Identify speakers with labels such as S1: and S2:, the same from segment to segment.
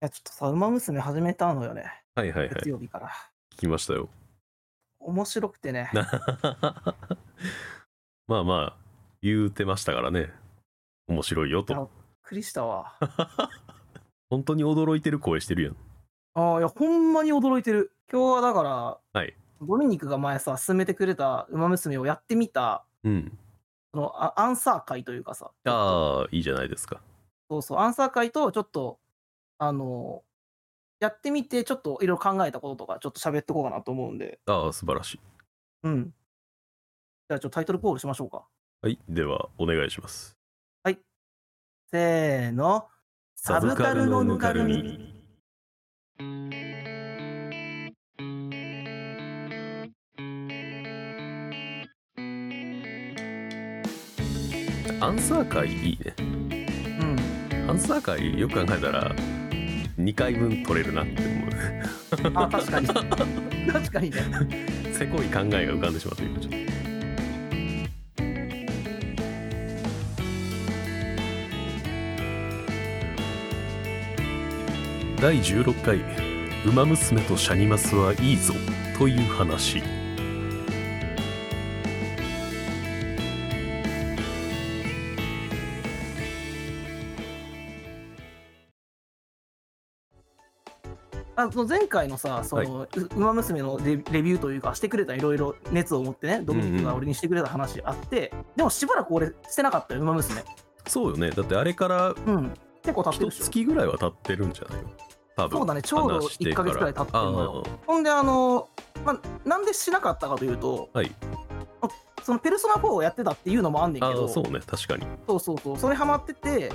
S1: や、ちょっとさ、ウマ娘始めたのよね。
S2: はいはいはい。
S1: 月曜日から。
S2: 聞きましたよ。
S1: 面白くてね。
S2: まあまあ、言うてましたからね。面白いよ
S1: いや
S2: と。
S1: クリしたわ。
S2: 本当に驚いてる声してるやん。
S1: ああ、いや、ほんまに驚いてる。今日はだから、
S2: はい
S1: ドミニクが前さ、勧めてくれたウマ娘をやってみた、
S2: うん。
S1: そのあアンサー会というかさ、
S2: ああ、いいじゃないですか。
S1: そうそう、アンサー会と、ちょっと、あの、やってみて、ちょっといろいろ考えたこととか、ちょっと喋ってこうかなと思うんで、
S2: ああ、素晴らしい。
S1: うん。じゃあ、ちょっとタイトルコールしましょうか。
S2: はい。では、お願いします。
S1: せーの、サブカルのぬかるみ。。
S2: アンサー会いいね。
S1: うん。
S2: アンサー会よく考えたら、2回分取れるなって思う。
S1: あ、確 かに。確かにね。
S2: せこい考えが浮かんでしまって今ちょっと第16回「ウマ娘とシャニマスはいいぞ」という話
S1: あその前回のさ、その、うウマ娘のレレビューというか、してくれたいろいろ熱を持ってね、ドミニクが俺にしてくれた話あって、でもしばらく俺、してなかったよ、ウマ娘。
S2: そうよねだってあれから
S1: うん。結構経ってる
S2: 一
S1: でしょ。
S2: 月ぐらいは経ってるんじゃないの多分
S1: そうだねちょうど
S2: 話して
S1: 1ヶ月ぐらい経ってんのよほんで、あの、まあ、なんでしなかったかというと、
S2: はい
S1: あそのペルソナ4をやってたっていうのもあんねん
S2: あ
S1: け
S2: ーあ
S1: ど、
S2: ーそうね確かに
S1: そうそうそう、それハマってて、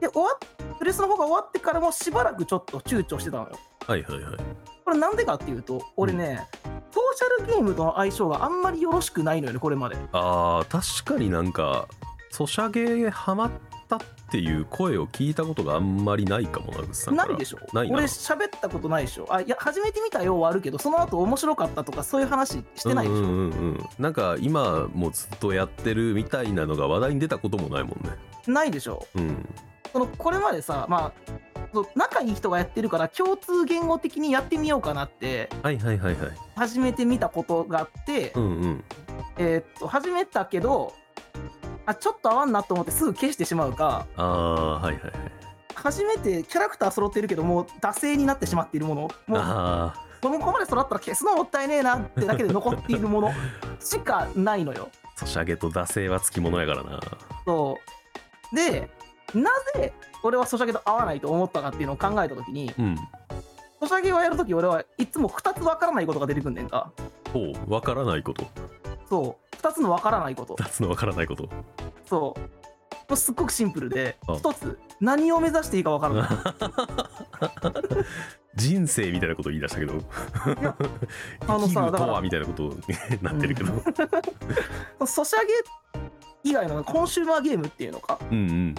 S1: で、終わっペルソナ4が終わってからもしばらくちょっと躊躇してたのよ。
S2: はいはいはい
S1: これなんでかっていうと、俺ね、ソーシャルゲームとの相性があんまりよろしくないのよね、これまで。
S2: あー確かになんかソシャゲハマったっていう声を聞いたことがあんまりないかもなぐさんか
S1: な
S2: ら
S1: いでしょ
S2: ないな
S1: 俺喋ったことないでしょあいや始めてみたよはあるけどその後面白かったとかそういう話してないでしょ、
S2: うんうんうんうんなんか今もずっとやってるみたいなのが話題に出たこともないもんね
S1: ないでしょ
S2: うん
S1: そのこれまでさまあそう仲いい人がやってるから共通言語的にやってみようかなって
S2: はいはいはいはい
S1: 始めてみたことがあって、
S2: うんうん
S1: えーっと始めたけどあちょっと合わんなと思ってすぐ消してしまうか
S2: ああはいはいはい
S1: 初めてキャラクター揃ってるけどもう惰性になってしまっているものもう
S2: あ
S1: この子まで育ったら消すのもったいねえなってだけで残っているものしかないのよ。
S2: あソシャゲと惰性はつきものやからな
S1: そうでなぜ俺はソシャゲと合わないと思ったかっていうのを考えた時に
S2: うん
S1: ソシャゲをやる時俺はいつも2つ分からないことが出てくんねんか
S2: ほうわからないこと
S1: そう2つの分からないこと
S2: 2つのわからな いこと
S1: そうもうすっごくシンプルで
S2: あ
S1: 1つ何を目指していいか分 からない
S2: 人生みたいなこと言い出したけど
S1: やあ
S2: 生
S1: の
S2: き
S1: さだ
S2: ると
S1: か
S2: は
S1: ら
S2: みたいなことになってるけど、
S1: ソシャゲ以外のコンシューマーゲームっていうのか
S2: うん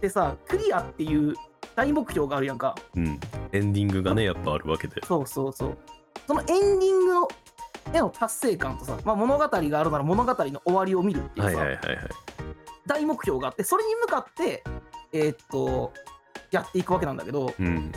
S1: でさクリアっていう大目標があるやんか
S2: うんうんエンディングがねやっぱあるわけで
S1: そうそうそう。そのエンディングのへの達成感とさ、まあ、物語があるなら物語の終わりを見るっていう
S2: はい
S1: さ、
S2: はいはいはい
S1: 大目標があってそれに向かってえーっとやっていくわけなんだけど
S2: うん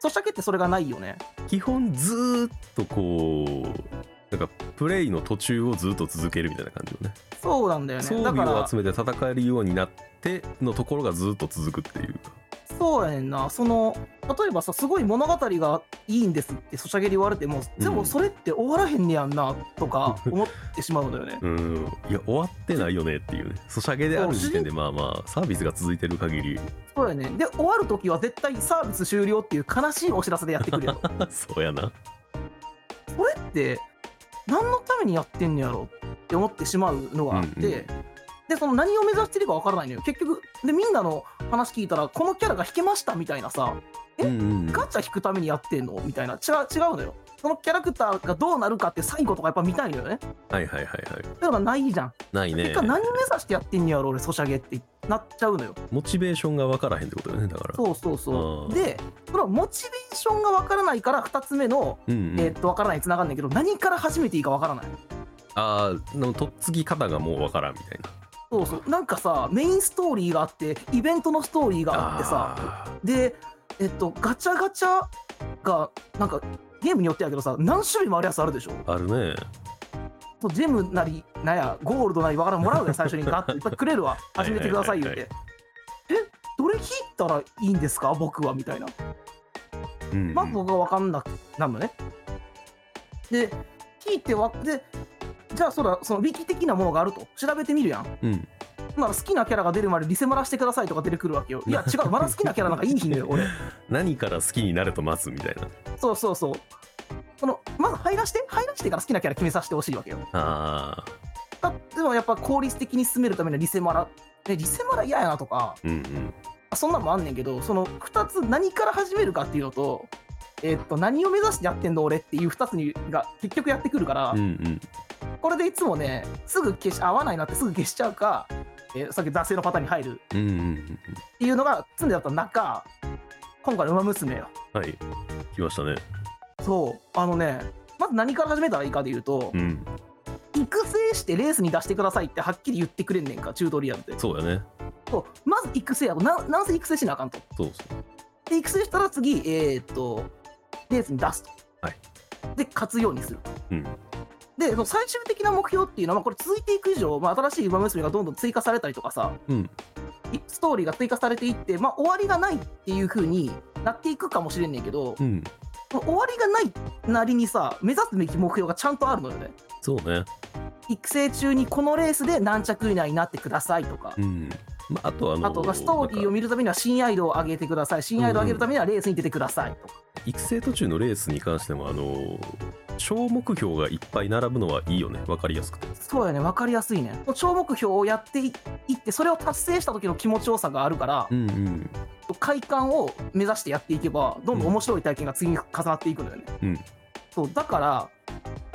S1: ソシャゲってそれがないよね
S2: 基本ずーっとこうなんかプレイの途中をずっと続けるみたいな感じよね
S1: そうなんだよ
S2: 装
S1: ねだか
S2: 備を
S1: ら
S2: 集めて戦えるようになってのところがずっと続くっていうか
S1: そうやねんなその例えばさすごい物語がいいんですってソシャゲで言われてもで
S2: うん
S1: もそれって終わらへんねやんなとか思ってしまうんだよね
S2: うんいや終わってないよねっていうねソシャゲである時点でまあまあサービスが続いてる限り
S1: そうやねで終わる時は絶対サービス終了っていう悲しいお知らせでやってくるよ
S2: そうやな
S1: これって何のためにやってんのやろって思ってしまうのがあって、
S2: うんうん
S1: でその何を目指してるかわからないのよ結局でみんなの話聞いたらこのキャラが弾けましたみたいなさえ
S2: うんうん
S1: ガチャ引くためにやってんのみたいな違う違うのよそのキャラクターがどうなるかって最後とかやっぱ見たいのよね
S2: はいはいはいはい
S1: だからないじゃん
S2: ないね
S1: 結果何を目指してやってんのやろ俺ソシャゲってなっちゃうのよ
S2: モチベーションが分からへんってことよねだから
S1: そうそうそ
S2: あー
S1: うでそのモチベーションがわからないから2つ目の、
S2: うんうん
S1: えーっとわからないにつながんねんけど何から始めていいかわからない
S2: あーのとっつき方がもう分からんみたいな
S1: そうそうなんかさメインストーリーがあってイベントのストーリーがあってさ
S2: あ
S1: でえっと、ガチャガチャが、なんか、ゲームによってやけどさ、何種類もあるやつあるでしょ
S2: あるね
S1: そうジェムなり、なんや、ゴールドなり、わからん、もらう で、最初にガッていっぱいくれるわ、
S2: はいはい
S1: 始めてください言うて。え、どれ引いたらいいんですか、僕はみたいな。
S2: うん
S1: まあ、僕は分かんなくなるのね。で、引いてわ、で、じゃあ、そら、その、ウィキ的なものがあると、調べてみるやん。
S2: うん
S1: まあ、好きなキャラが出るまでリセマラしてくださいとか出てくるわけ よ。いや、違う、まだ好きなキャラなんかいい日ね、俺。
S2: 何から好きになると待つみたいな
S1: そうそうそう。そのまず入らして、入らしてから好きなキャラ決めさせてほしいわけよ。
S2: ああ
S1: だってもやっぱ効率的に進めるためのリセマラ、ね、リセマラ嫌やなとか、
S2: うんうん
S1: そんなんもあんねんけど、その2つ何から始めるかっていうのと、えっと、何を目指してやってんの俺っていう2つにが結局やってくるから、
S2: うんうん
S1: これでいつもね、すぐ消し、合わないなってすぐ消しちゃうか、えーさっき男性のパターンに入る
S2: うんうんうん
S1: っていうのが常だった中、今回の馬娘よ。
S2: はい来ましたね
S1: そう、あのね、まず何から始めたらいいかでいうと、
S2: うん
S1: 育成してレースに出してくださいってはっきり言ってくれんねんかチュートリアルで
S2: そうやね
S1: そうまず育成やとななんせ育成しなあかんと
S2: そうそう
S1: で育成したら次えーっとレースに出すと、
S2: はい
S1: で勝つようにする
S2: うん
S1: でその最終的な目標っていうのはまあこれ続いていく以上、まあ、新しい馬娘がどんどん追加されたりとかさ
S2: うん
S1: いストーリーが追加されていって、まあ、終わりがないっていう風になっていくかもしれんねんけど、
S2: うん
S1: この終わりがないなりにさ目指すべき目標がちゃんとあるのよね
S2: そうね
S1: 育成中にこのレースで何着以内になってくださいとか、
S2: うんまああとあの
S1: あとまあストーリーを見るためには親愛度を上げてください親愛度を上げるためにはレースに出てくださいとか、
S2: 育成途中のレースに関してもあの小目標がいっぱい並ぶのはいいよね分かりやすくて
S1: そうやね分かりやすいね超目標をやっていいってそれを達成した時の気持ちよさがあるから、
S2: んうん
S1: 快感を目指してやっていけばどんどん面白い体験が次に重なっていくのよね、
S2: うん
S1: そうだから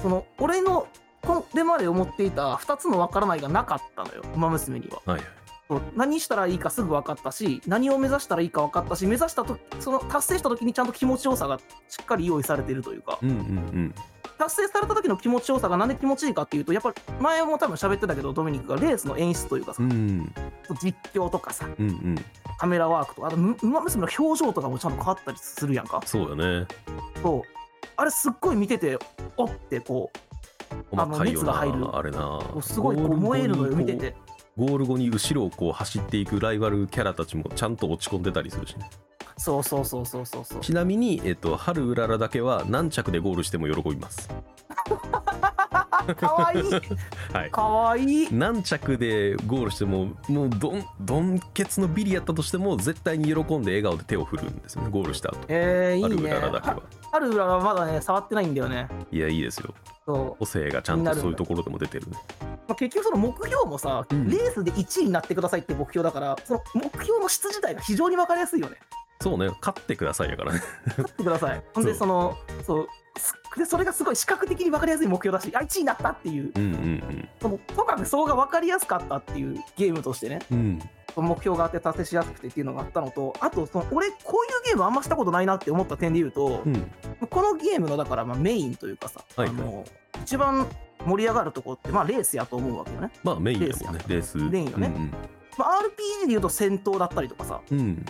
S1: その俺のこれまで思っていた2つの分からないがなかったのよ馬娘には
S2: はいはい
S1: そう何したらいいかすぐ分かったし何を目指したらいいか分かったし目指したとその達成した時にちゃんと気持ちよさがしっかり用意されてるというか
S2: うんうん
S1: 達成された時の気持ちよさがなんで気持ちいいかっていうとやっぱり前も多分喋ってたけどドミニクがレースの演出というかさ
S2: うんうん
S1: 実況とかさ
S2: うんうん
S1: カメラワークとかあとむ馬娘の表情とかもちゃんと変わったりするやんか
S2: そうよね
S1: そうあれすっごい見てておってこ
S2: 細かいよな
S1: あの熱が入る
S2: あれな
S1: うすごいこう燃えるのよ見てて
S2: ゴール後に後ろをこう走っていくライバルキャラたちもちゃんと落ち込んでたりするし、ね、
S1: そうそうそうそうそうそう
S2: ちなみに、えっと、春うららだけは何着でゴールしても喜びます
S1: かわいい
S2: はい
S1: かわいい
S2: 何着でゴールしてももうどんどんけつのビリやったとしても絶対に喜んで笑顔で手を振るんですよねゴールした後
S1: えー、いい
S2: 春う
S1: ね
S2: ららだけは
S1: ある裏はまだね、触ってないんだよね。
S2: いやいいですよ
S1: そ
S2: 個性がちゃんとそういうところでも出てるね
S1: うまあ、結局、その目標もさ、
S2: うん
S1: レースで1位になってくださいって目標だから、その目標の質自体が非常に分かりやすいよね。
S2: そうね勝ってくださいやからね
S1: 勝ってくだ さい。ほんで、
S2: そう
S1: その、そう。すでそれがすごい視覚的に分かりやすい目標だし、あ、1位になったっていう、
S2: うんうん
S1: そのとかくそうが分かりやすかったっていうゲームとしてね、
S2: うんうん
S1: その目標があって達成しやすくてっていうのがあったのと、あと、その俺、こういうゲームあんましたことないなって思った点で言うと
S2: う、ん
S1: このゲームのだからまあメインというかさ、
S2: はい
S1: あの一番盛り上がるとこって、まあ、レースやと思うわけよね。
S2: まあメインやもんねレース
S1: メインよねまあ、RPG でいうと戦闘だったりとかさ
S2: うんうん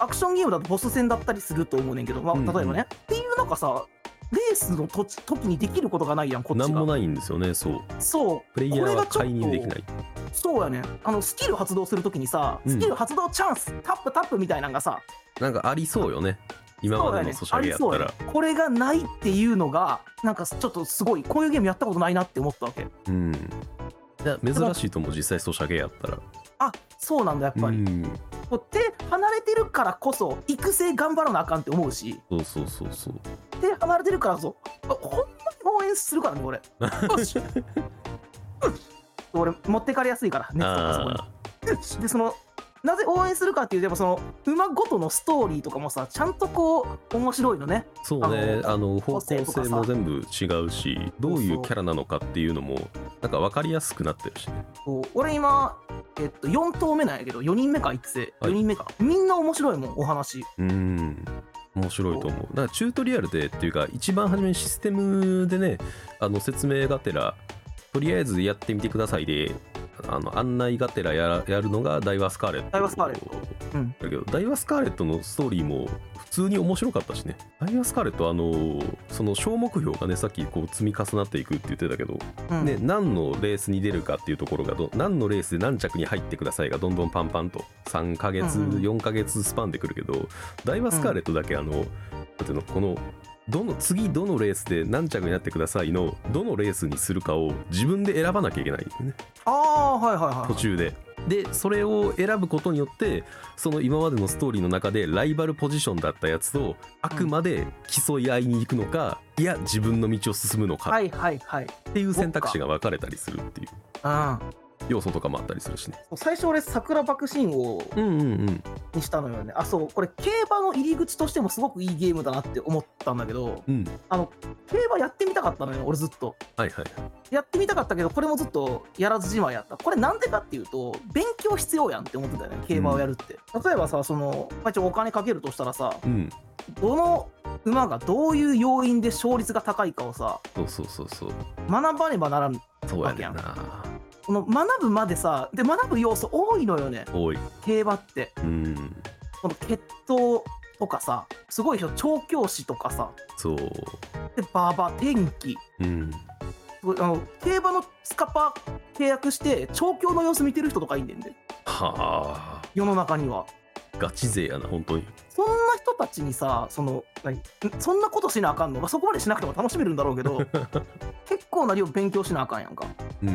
S1: アクションゲームだとボス戦だったりすると思うねんけど、まあ、
S2: う
S1: 例
S2: ん
S1: え
S2: うん
S1: ばね、っていうなんかさレースのとち時にできることがないやんこっ
S2: な
S1: ち
S2: んも
S1: が
S2: ないんですよねそう
S1: そう
S2: プレイヤーは介入でき
S1: これがちょっ
S2: ない
S1: とそうやねあのスキル発動するときにさ
S2: うん
S1: スキル発動チャンス、タップタップみたいなのがさ
S2: なんかありそうよね今までのソシャゲやっ
S1: そう
S2: た
S1: やねあ
S2: ら
S1: りそうやねこれがないっていうのがなんかちょっとすごいこういうゲームやったことないなって思ったわけ
S2: うんいや珍しいとも実際ソシャゲやったら
S1: あそうなんだやっぱ
S2: う
S1: り、
S2: ん
S1: こう手離れてるからこそ育成頑張らなあかんって思うし
S2: そうそうそうそう
S1: 手離れてるからぞあほんまに応援するからね俺よしうん俺持ってかれやすいから熱とかそこに
S2: あ
S1: うんでそのなぜ応援するかっていうとやっぱその馬ごとのストーリーとかもさちゃんとこう面白いのね
S2: ーそうねあの方向性も全部違うしどういうキャラなのかっていうのもなんか分かりやすくなってるしね
S1: こう俺今、えっと、4頭目なんやけど4人目か一世
S2: はい
S1: 4人目か、みんな面白いもんお話
S2: うん面白いと思うだからチュートリアルでっていうか一番初めにシステムでねあの説明がてらとりあえずやってみてくださいであの案内がてらやらやるのがダイワスカーレット
S1: ダイワスカーレッ
S2: ト
S1: うん
S2: だけどダイワスカーレットのストーリーも普通に面白かったしねダイワスカーレットあのーその小目標がねさっきこう積み重なっていくって言ってたけど、
S1: うん
S2: ね、何のレースに出るかっていうところがど何のレースで何着に入ってくださいがどんどんパンパンと3ヶ月、
S1: うんうん
S2: 4ヶ月スパンでくるけどダイワスカーレットだけあの、なんていうのこのどの次どのレースで何着になってくださいのどのレースにするかを自分で選ばなきゃいけないんだよね
S1: ああはいはいはい
S2: 途中で。でそれを選ぶことによってその今までのストーリーの中でライバルポジションだったやつとあくまで競い合いに行くのかいや自分の道を進むのか
S1: はいはいはい
S2: っていう選択肢が分かれたりするっていう
S1: うん
S2: 要素とかもあったりするしね。
S1: 最初俺桜爆心王
S2: うんうんうん
S1: にしたのよねあそうこれ競馬の入り口としてもすごくいいゲームだなって思ったんだけど
S2: うん
S1: 競馬やってみたかったのよ俺ずっと
S2: はいはい
S1: やってみたかったけどこれもずっとやらずじまいやったこれなんでかっていうと勉強必要やんって思ってたよね競馬をやるって、例えばさその、まあ、一応お金かけるとしたらさ
S2: うん
S1: どの馬がどういう要因で勝率が高いかをさ
S2: そうそうそうそう
S1: 学ばねばならん
S2: そうやねんな
S1: この学ぶまでさで学ぶ要素多いのよね
S2: 多い
S1: 競馬って
S2: うん
S1: この血統とかさすごいでしょ調教師とかさ
S2: そう
S1: で馬場天気
S2: うん
S1: すごいあの競馬のスカパ契約して調教の様子見てる人とかいんねんで
S2: はあ
S1: 世の中には
S2: ガチ勢やな本当に
S1: そんな人たちにさその何んそんなことしなあかんの、まあ、そこまでしなくても楽しめるんだろうけ ど結構な量勉強しなあかんやんか
S2: うんう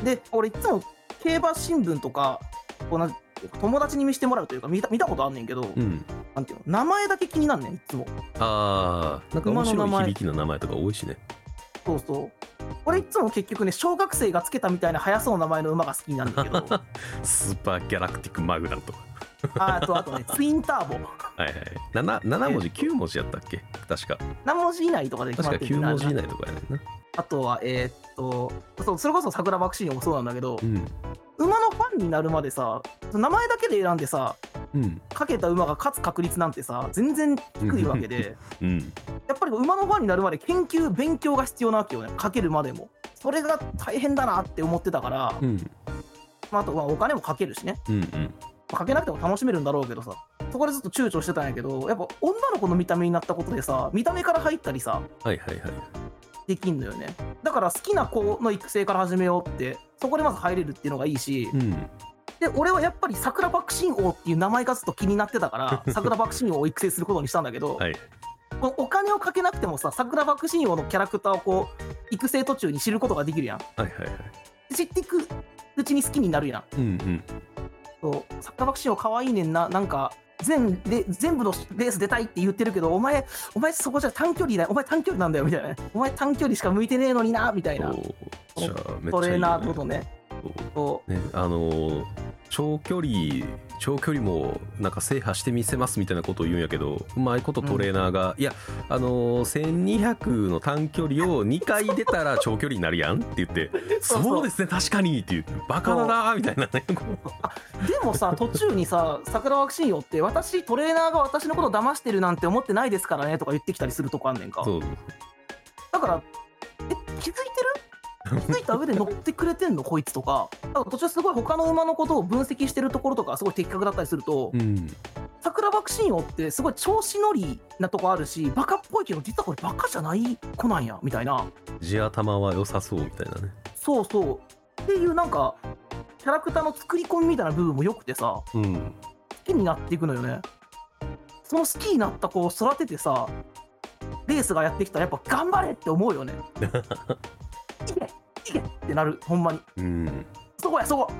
S2: ん
S1: で俺いつも競馬新聞とかこうなん友達に見せてもらうというか見た見たことあんねんけど、
S2: うん
S1: なんていうの名前だけ気になんねんいつも
S2: あーなんか面
S1: 馬の名
S2: 白
S1: 前
S2: い響きの名前とか多いしね
S1: そうそう俺いつも結局ね小学生がつけたみたいな速そうな名前の馬が好きになるん だけど
S2: スーパーギャラクティックマグナムとか
S1: ああとあとねツインターボ
S2: はいはい 7, 7文字9文字やったっけ確か
S1: 何文字以内とかで決
S2: 確
S1: ま
S2: か
S1: ってる
S2: 9
S1: んだよね
S2: 文字以内とかやねんな
S1: あとはえーっとそうそれこそ桜爆心王もそうなんだけど、
S2: うん
S1: 馬のファンになるまでさ名前だけで選んでさ
S2: うん
S1: かけた馬が勝つ確率なんてさ全然低いわけで
S2: うん
S1: やっぱり馬のファンになるまで研究勉強が必要なわけよねかけるまでもそれが大変だなって思ってたから、
S2: うん
S1: まあ、あとはお金もかけるしね
S2: うんうん
S1: かけなくても楽しめるんだろうけどさそこでずっと躊躇してたんやけどやっぱ女の子の見た目になったことでさ見た目から入ったりさ
S2: はいはいはい
S1: できんのよねだから好きな子の育成から始めようってそこでまず入れるっていうのがいいし、
S2: うん
S1: で俺はやっぱり桜爆心王っていう名前がずっと気になってたから 桜爆心王を育成することにしたんだけど、
S2: はい
S1: このお金をかけなくてもさ桜爆心王のキャラクターをこう育成途中に知ることができるやん
S2: はいはいはい
S1: 知っていくうちに好きになるやん
S2: うんうん
S1: そう桜爆心王可愛いねんななんか全で全部のレース出たいって言ってるけどお前お前そこじゃ短距離だよお前短距離なんだよみたいなねお前短距離しか向いてねえのになみたいな
S2: そうじゃあめっちゃいいよね
S1: トレーナーことね
S2: そう
S1: そう
S2: ね、あのー長距離長距離もなんか制覇してみせますみたいなことを言うんやけどうまいことトレーナーが、いやあのー1200の短距離を2回出たら長距離になるやんって言って
S1: そうそう
S2: そうですね確かにっていうバカだなーみたいなねこう
S1: でもさ途中に さ桜ワクチンよって私トレーナーが私のこと騙してるなんて思ってないですからねとか言ってきたりするとこあんねんか
S2: そう
S1: だからえ気づいてる気づいた上で乗ってくれてんのこいつとかだから途中すごい他の馬のことを分析してるところとかすごい的確だったりすると、
S2: うん
S1: 桜ワクチンよってすごい調子乗りなとこあるしバカっぽいけど実はこれバカじゃない子なんやみたいな
S2: 地頭は良さそうみたいなね
S1: そうそうっていうなんかキャラクターの作り込みみたいな部分も良くてさ
S2: うん
S1: 好きになっていくのよねその好きになった子を育ててさレースがやってきたらやっぱ頑張れって思う よねいけいけってなるほんまに
S2: うん
S1: そこやそこほん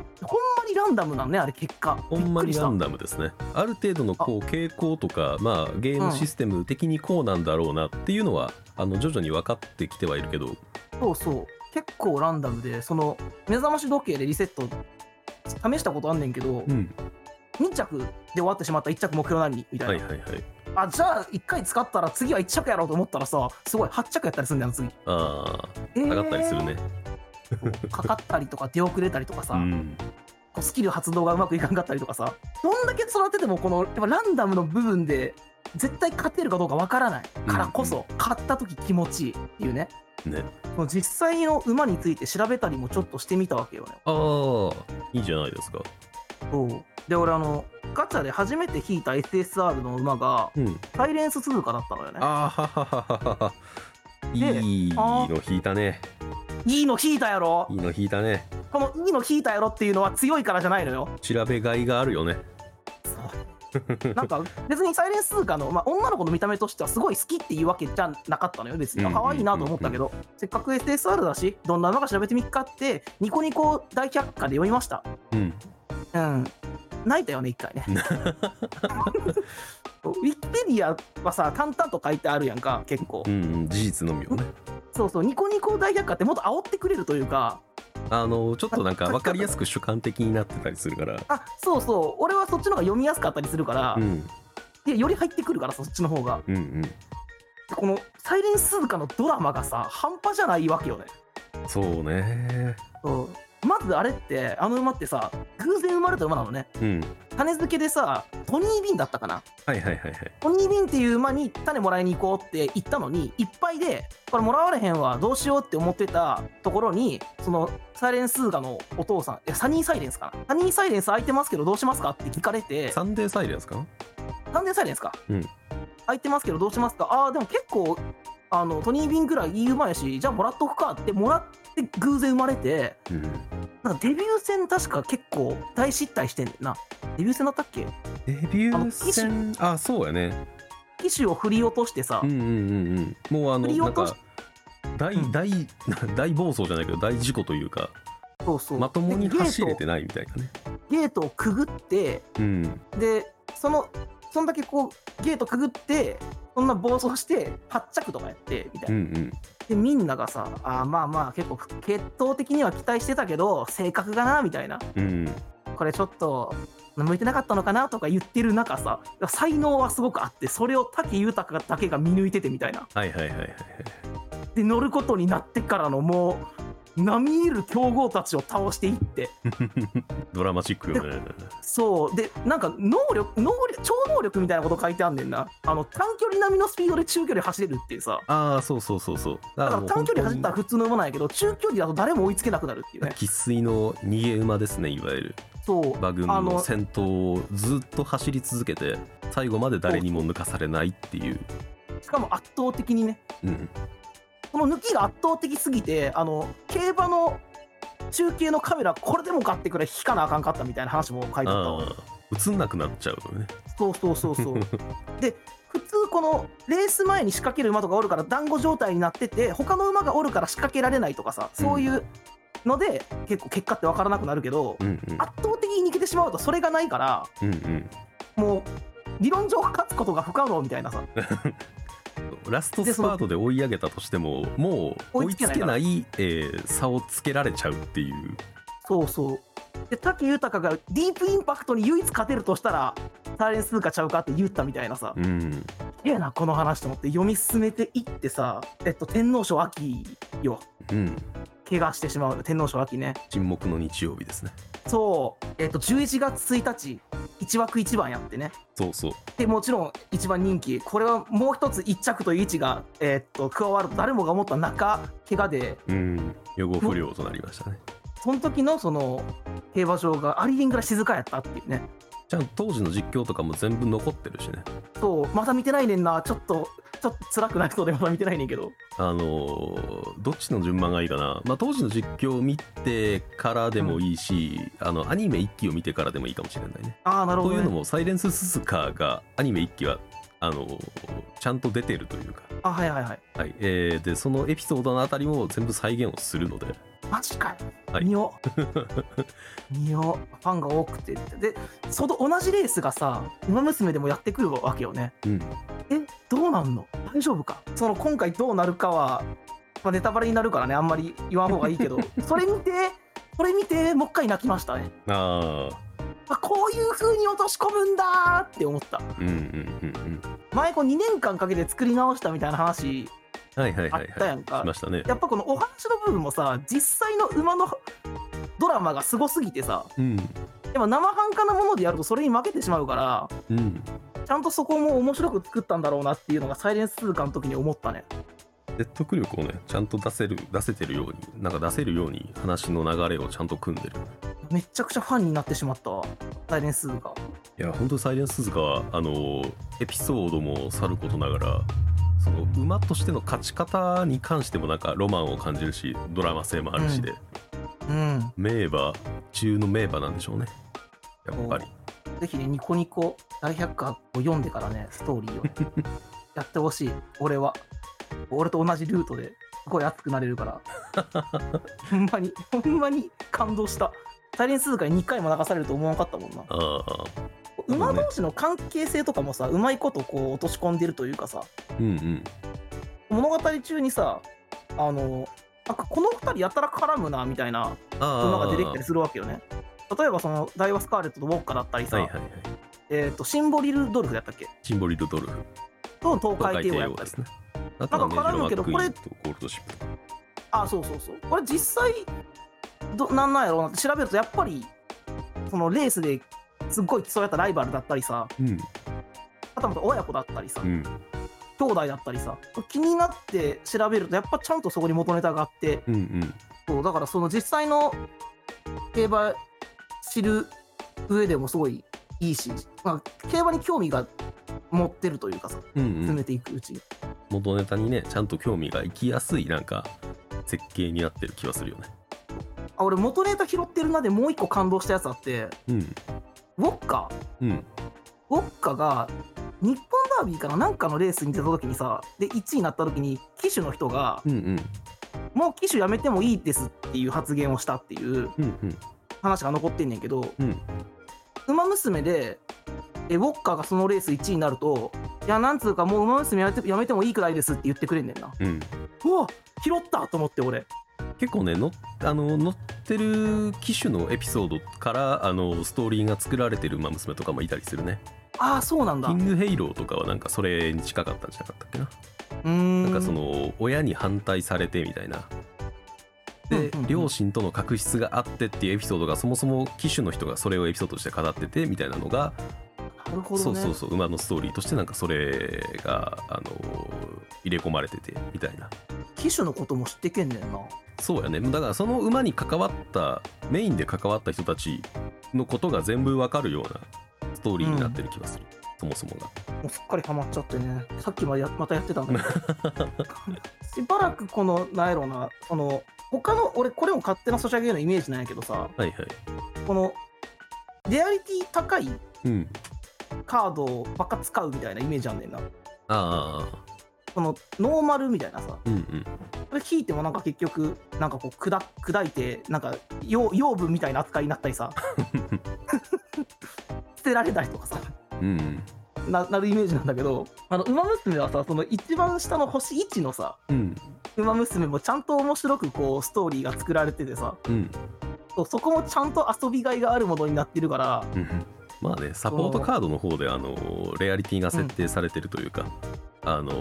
S1: まにランダムなんねあれ結果
S2: ほんまにラン
S1: ダ
S2: ダムですねある程度のこう傾向とかまあゲームシステム的にこうなんだろうなっていうのは、あの徐々に分かってきてはいるけど
S1: ムそうそう結構ランダムでその目覚まし時計でリセット試したことあんねんけど、
S2: うん
S1: 2着で終わってしまった1着目標なのにみたいな、
S2: はいはいはい
S1: あじゃあ1回使ったら次は1着やろうと思ったらさすごい8着やったりするんだよ次
S2: あ
S1: 上
S2: あ上がったりするね、
S1: かかったりとか出遅れたりとかさ、
S2: うん
S1: こうスキル発動がうまくいかんかったりとかさどんだけ育ててもこのやっぱランダムの部分で絶対勝てるかどうかわからないからこそ、勝った時気持ちいいっていうね
S2: ね
S1: この実際の馬について調べたりもちょっとしてみたわけよね
S2: ああいいじゃないですか
S1: そうで俺あのガチャで初めて引いた SSR の馬が
S2: うん、
S1: サイレンス鈴鹿だったのよね
S2: あーははははは
S1: で
S2: いい
S1: あ
S2: の引いたね
S1: いいの引いたやろ
S2: いいの引いたね
S1: このいいの引いたやろっていうのは強いからじゃないのよ
S2: 調べがいがあるよね
S1: なんか別にサイレンス鈴鹿の、まあ、女の子の見た目としてはすごい好きっていうわけじゃなかったのよ別に
S2: うん
S1: あ可愛いなと思ったけどせっかく SSR だしどんな馬か調べてみっかってニコニコ大百科で読みました
S2: うん
S1: うん泣いたよね一 回ねウィキペディアはさ淡々と書いてあるやんか結構
S2: うんうん事実のみをね
S1: そうそうニコニコ大百科ってもっと煽ってくれるというか
S2: あのちょっとなんか分かりやすく主観的になってたりする から
S1: あそうそう俺はそっちの方が読みやすかったりするから、
S2: うん
S1: でより入ってくるからそっちの方が
S2: うんうん
S1: この「サイレンス鈴鹿」のドラマがさ半端じゃないわけよね
S2: そうね
S1: そうまずあれってあの馬ってさ偶然生まれた馬なのね
S2: うん
S1: 種付けでさトニー・ビンだったかな
S2: はいはいはいはい
S1: トニー・ビンっていう馬に種もらいに行こうって言ったのにいっぱいでこれもらわれへんわどうしようって思ってたところにそのサイレンス鈴鹿のお父さんいやサニー・サイレンスかなサニー・サイレンス空いてますけどどうしますかって聞かれて
S2: サンデーサイレンスかな
S1: なんでサイレンスか、
S2: うん
S1: 空いてますけどどうしますかああでも結構あのトニー・ビンぐらいいいうまやしじゃあもらっとくかってもらって偶然生まれて
S2: うん
S1: なんかデビュー戦確か結構大失態してんねんなデビュー戦だったっけ
S2: デビュー戦あそうやね
S1: 機種を振り落としてさ、
S2: うんうんうんうんもうあ
S1: 振
S2: の
S1: り
S2: な
S1: 落
S2: ん
S1: とし
S2: か大
S1: うん
S2: 大 大暴走じゃないけど大事故というか
S1: そうそう
S2: まともに
S1: で
S2: 走れてないみたいなね
S1: ゲートゲートをくぐって
S2: うん
S1: でそのそんだけこうゲートくぐってそんな暴走して発着とかやってみたいな
S2: う、んうん
S1: でみんながさあーまあまあ結構血統的には期待してたけど性格がなみたいな
S2: うん
S1: これちょっと向いてなかったのかなとか言ってる中さ才能はすごくあってそれを武豊だけが見抜いててみたいな
S2: はいはいはいはいはい
S1: で乗ることになってからのもう並みいる強豪たちを倒していって
S2: ドラマチックよね
S1: そうでなんか能力能力超能力みたいなこと書いてあんねんなあの短距離並みのスピードで中距離走れるっていうさ
S2: ああそうそうそうそうだ
S1: だから
S2: か
S1: ら
S2: もう
S1: 短距離走ったら
S2: 本
S1: 普通の馬なんやけど中距離だと誰も追いつけなくなるっていう
S2: 当に
S1: ね
S2: 生粋の逃げ馬ですねいわゆる
S1: そう
S2: 馬群
S1: あ
S2: の
S1: の
S2: 先頭をずっと走り続けて最後まで誰にも抜かされないっていう、
S1: しかも圧倒的にね
S2: うん、
S1: この抜きが圧倒的すぎて、あの競馬の中継のカメラ、これでもかってくらい引かなあかんかったみたいな話も書いてあったわ。
S2: ああ映んなくなっちゃうのね
S1: そうそうそうそう。で、普通、このレース前に仕掛ける馬とかおるから、団子状態になってて、他の馬がおるから仕掛けられないとかさ、そういうので、結構結果って分からなくなるけど、
S2: うんうん
S1: 圧倒的に逃げてしまうと、それがないから、
S2: うんうん
S1: もう理論上勝つことが不可能みたいなさ、
S2: ラストスパートで追い上げたとしてもも
S1: 追
S2: う追い
S1: いつ
S2: つ
S1: けない
S2: けないえー差をつけられちゃうっていう
S1: そうそう。で、武豊がディープインパクトに唯一勝てるとしたら、サイレンス通貨ちゃうかって言ったみたいなさ、
S2: うん
S1: いやな、この話と思って読み進めていってさ、えっと、天皇賞秋よ、
S2: うん
S1: 怪我してしまう天皇賞秋ね。
S2: 沈黙の日曜日ですね
S1: そう、えっと、11月1日、1枠1番やってね。
S2: そうそう
S1: で、もちろん一番人気、これはもう一つ1着という位置が、えっと、加わると誰もが思った中、怪我で、
S2: うん予後不良となりましたね
S1: その時のその、競馬場がありえんぐらい静かやったっていうね。
S2: ちゃんと当時の実況とかも全部残ってるしね
S1: そう、まだ見てないねんな。ちょっと、ちょっと辛くなりそうでまだ見てないねんけど。
S2: あのーどっちの順番がいいかな、まあ、当時の実況を見てからでもいいし、あのアニメ1期を見てからでもいいかもしれないね。
S1: ああ、なるほ
S2: と
S1: ど、
S2: い
S1: ね。
S2: うのも「サイレンス・スズカ」がアニメ1期はあのーちゃんと出てるというか、
S1: あ、はいはいはい。
S2: はいえーでそのエピソードのあたりも全部再現をするので
S1: マジかよ。
S2: はい
S1: 見よう。見よう。ファンが多くて。で、その同じレースがさ、馬娘でもやってくるわけよね。
S2: うん
S1: え、どうなんの大丈夫かその、今回どうなるかは、まあ、ネタバレになるからね、あんまり言わん方がいいけど、 それ見て、それ見て、もう一回泣きましたね。
S2: あ
S1: あ、こういう風に落とし込むんだーって思った。
S2: ーうんうんうんうん
S1: 前、こう2年間かけて作り直したみたいな話
S2: はいはい
S1: あ
S2: は
S1: っ
S2: い
S1: た
S2: はい
S1: やんか。
S2: しましたね
S1: やっぱこのお話の部分もさ実際の馬のドラマがすごすぎてさ
S2: うん
S1: やっぱ生半可なものでやるとそれに負けてしまうから
S2: うん
S1: ちゃんとそこも面白く作ったんだろうなっていうのがサイレンス通貨の時に思ったね
S2: 説得力をねちゃんと出せる出せてるようになんか出せるように話の流れをちゃんと組んでる
S1: めっちゃくちゃファンになってしまったわサイレンス通貨
S2: いや本当にサイレンス鈴鹿はあのエピソードもさることながらその馬としての勝ち方に関してもなんかロマンを感じるしドラマ性もあるしで、
S1: うん
S2: 名馬中の名馬なんでしょうねやっぱり
S1: ぜひね、ニコニコ大百科を読んでからね、ストーリー をね、やってほしい、俺は。俺と同じルートですごい熱くなれるから。 ほんまに、ほんまに感動した。サイレンス鈴鹿に2回も流されると思わなかったもんな。
S2: ああそうね
S1: 馬同士の関係性とかもさ、うまいことこう落とし込んでるというかさ、
S2: うんうん
S1: 物語中にさ、あの、なんかこの2人やたら絡むなみたいな
S2: あ
S1: の
S2: あ
S1: が出てきたりするわけよね。例えばそのダイワスカーレットとウォッカだったりさ、
S2: はいはいはい
S1: えー、とシンボリルドルフやったっけ
S2: シンボリルドルフ
S1: と東
S2: 東
S1: 海
S2: 海
S1: 帝王
S2: 帝
S1: やっ
S2: 王
S1: た
S2: で
S1: り
S2: すねあとはね
S1: なんか絡むけど
S2: ジローマッ
S1: こ
S2: クイーンとゴールドシップ
S1: あそうそうそうこれ実際どなんなんやろうなって調べるとやっぱりそのレースですっごい競い合ったライバルだったりさ
S2: うん
S1: はたまた親子だったりさ、
S2: うん
S1: 兄弟だったりさ気になって調べるとやっぱちゃんとそこに元ネタがあって
S2: うんうん
S1: そうだからその実際の競馬知る上でもすごいいいし、まあ、競馬に興味が持ってるというかさ
S2: うんう
S1: 進
S2: ん
S1: めていくうちに、
S2: 元ネタにねちゃんと興味が行きやすいなんか設計になってる気はするよね
S1: あ俺元ネタ拾ってるなでもう一個感動したやつあって
S2: うん
S1: ウォッカ
S2: うん
S1: ウォッカが日本ダービーかななんかのレースに出た時にさで1位になった時に騎手の人が
S2: うんうん
S1: 「もう騎手やめてもいいです」っていう発言をしたっていう
S2: うんうん
S1: 話が残ってんねんけど
S2: うん
S1: 「ウマ娘で」えウォッカがそのレース1位になると「いやなんつうかもうウマ娘やめてやめてもいいくらいです」って言ってくれんねんな
S2: うん
S1: うわ拾ったと思って俺
S2: 結構ねのあの乗ってる機種のエピソードからあのストーリーが作られてる馬娘とかもいたりするね
S1: ああそうなんだ
S2: キ
S1: う
S2: ングヘイローとかはなんかそれに近かったんじゃなかったっけな
S1: ーん
S2: なんかその親に反対されてみたいなで
S1: うんうんうん
S2: 両親との確執があってっていうエピソードがそもそも機種の人がそれをエピソードとして語っててみたいなのが
S1: なるほど
S2: そう
S1: ね
S2: そうそう馬のストーリーとしてなんかそれがあの入れ込まれててみたいな
S1: 騎手のことも知ってけんねんな
S2: そうやねだからその馬に関わったメインで関わった人たちのことが全部わかるようなストーリーになってる気がする、そもそもが
S1: もうすっかりハマっちゃってね、さっきまでやまたやってたんだ けど、しばらくこの、なんやろうな、その、他の、俺、これも勝手なソシャゲのイメージなんやけどさ、
S2: はいはい
S1: この、レアリティ高い
S2: うん
S1: カードをばっか使うみたいなイメージあんねんな。
S2: ああ
S1: この、ノーマルみたいなさ、
S2: うんうん
S1: それ引いてもなんか結局、なんかこう砕、砕いて、なんか養、養分みたいな扱いになったりさ、 捨てられたりとかさ。
S2: うん
S1: ななるイメージなんだけどあの「ウマ娘」はさその一番下の星1のさ
S2: うん
S1: ウマ娘もちゃんと面白くこうストーリーが作られててさ
S2: うん
S1: そうそこもちゃんと遊びがいがあるものになってるから
S2: うんまあねサポートカードの方であのレアリティが設定されてるというか、あの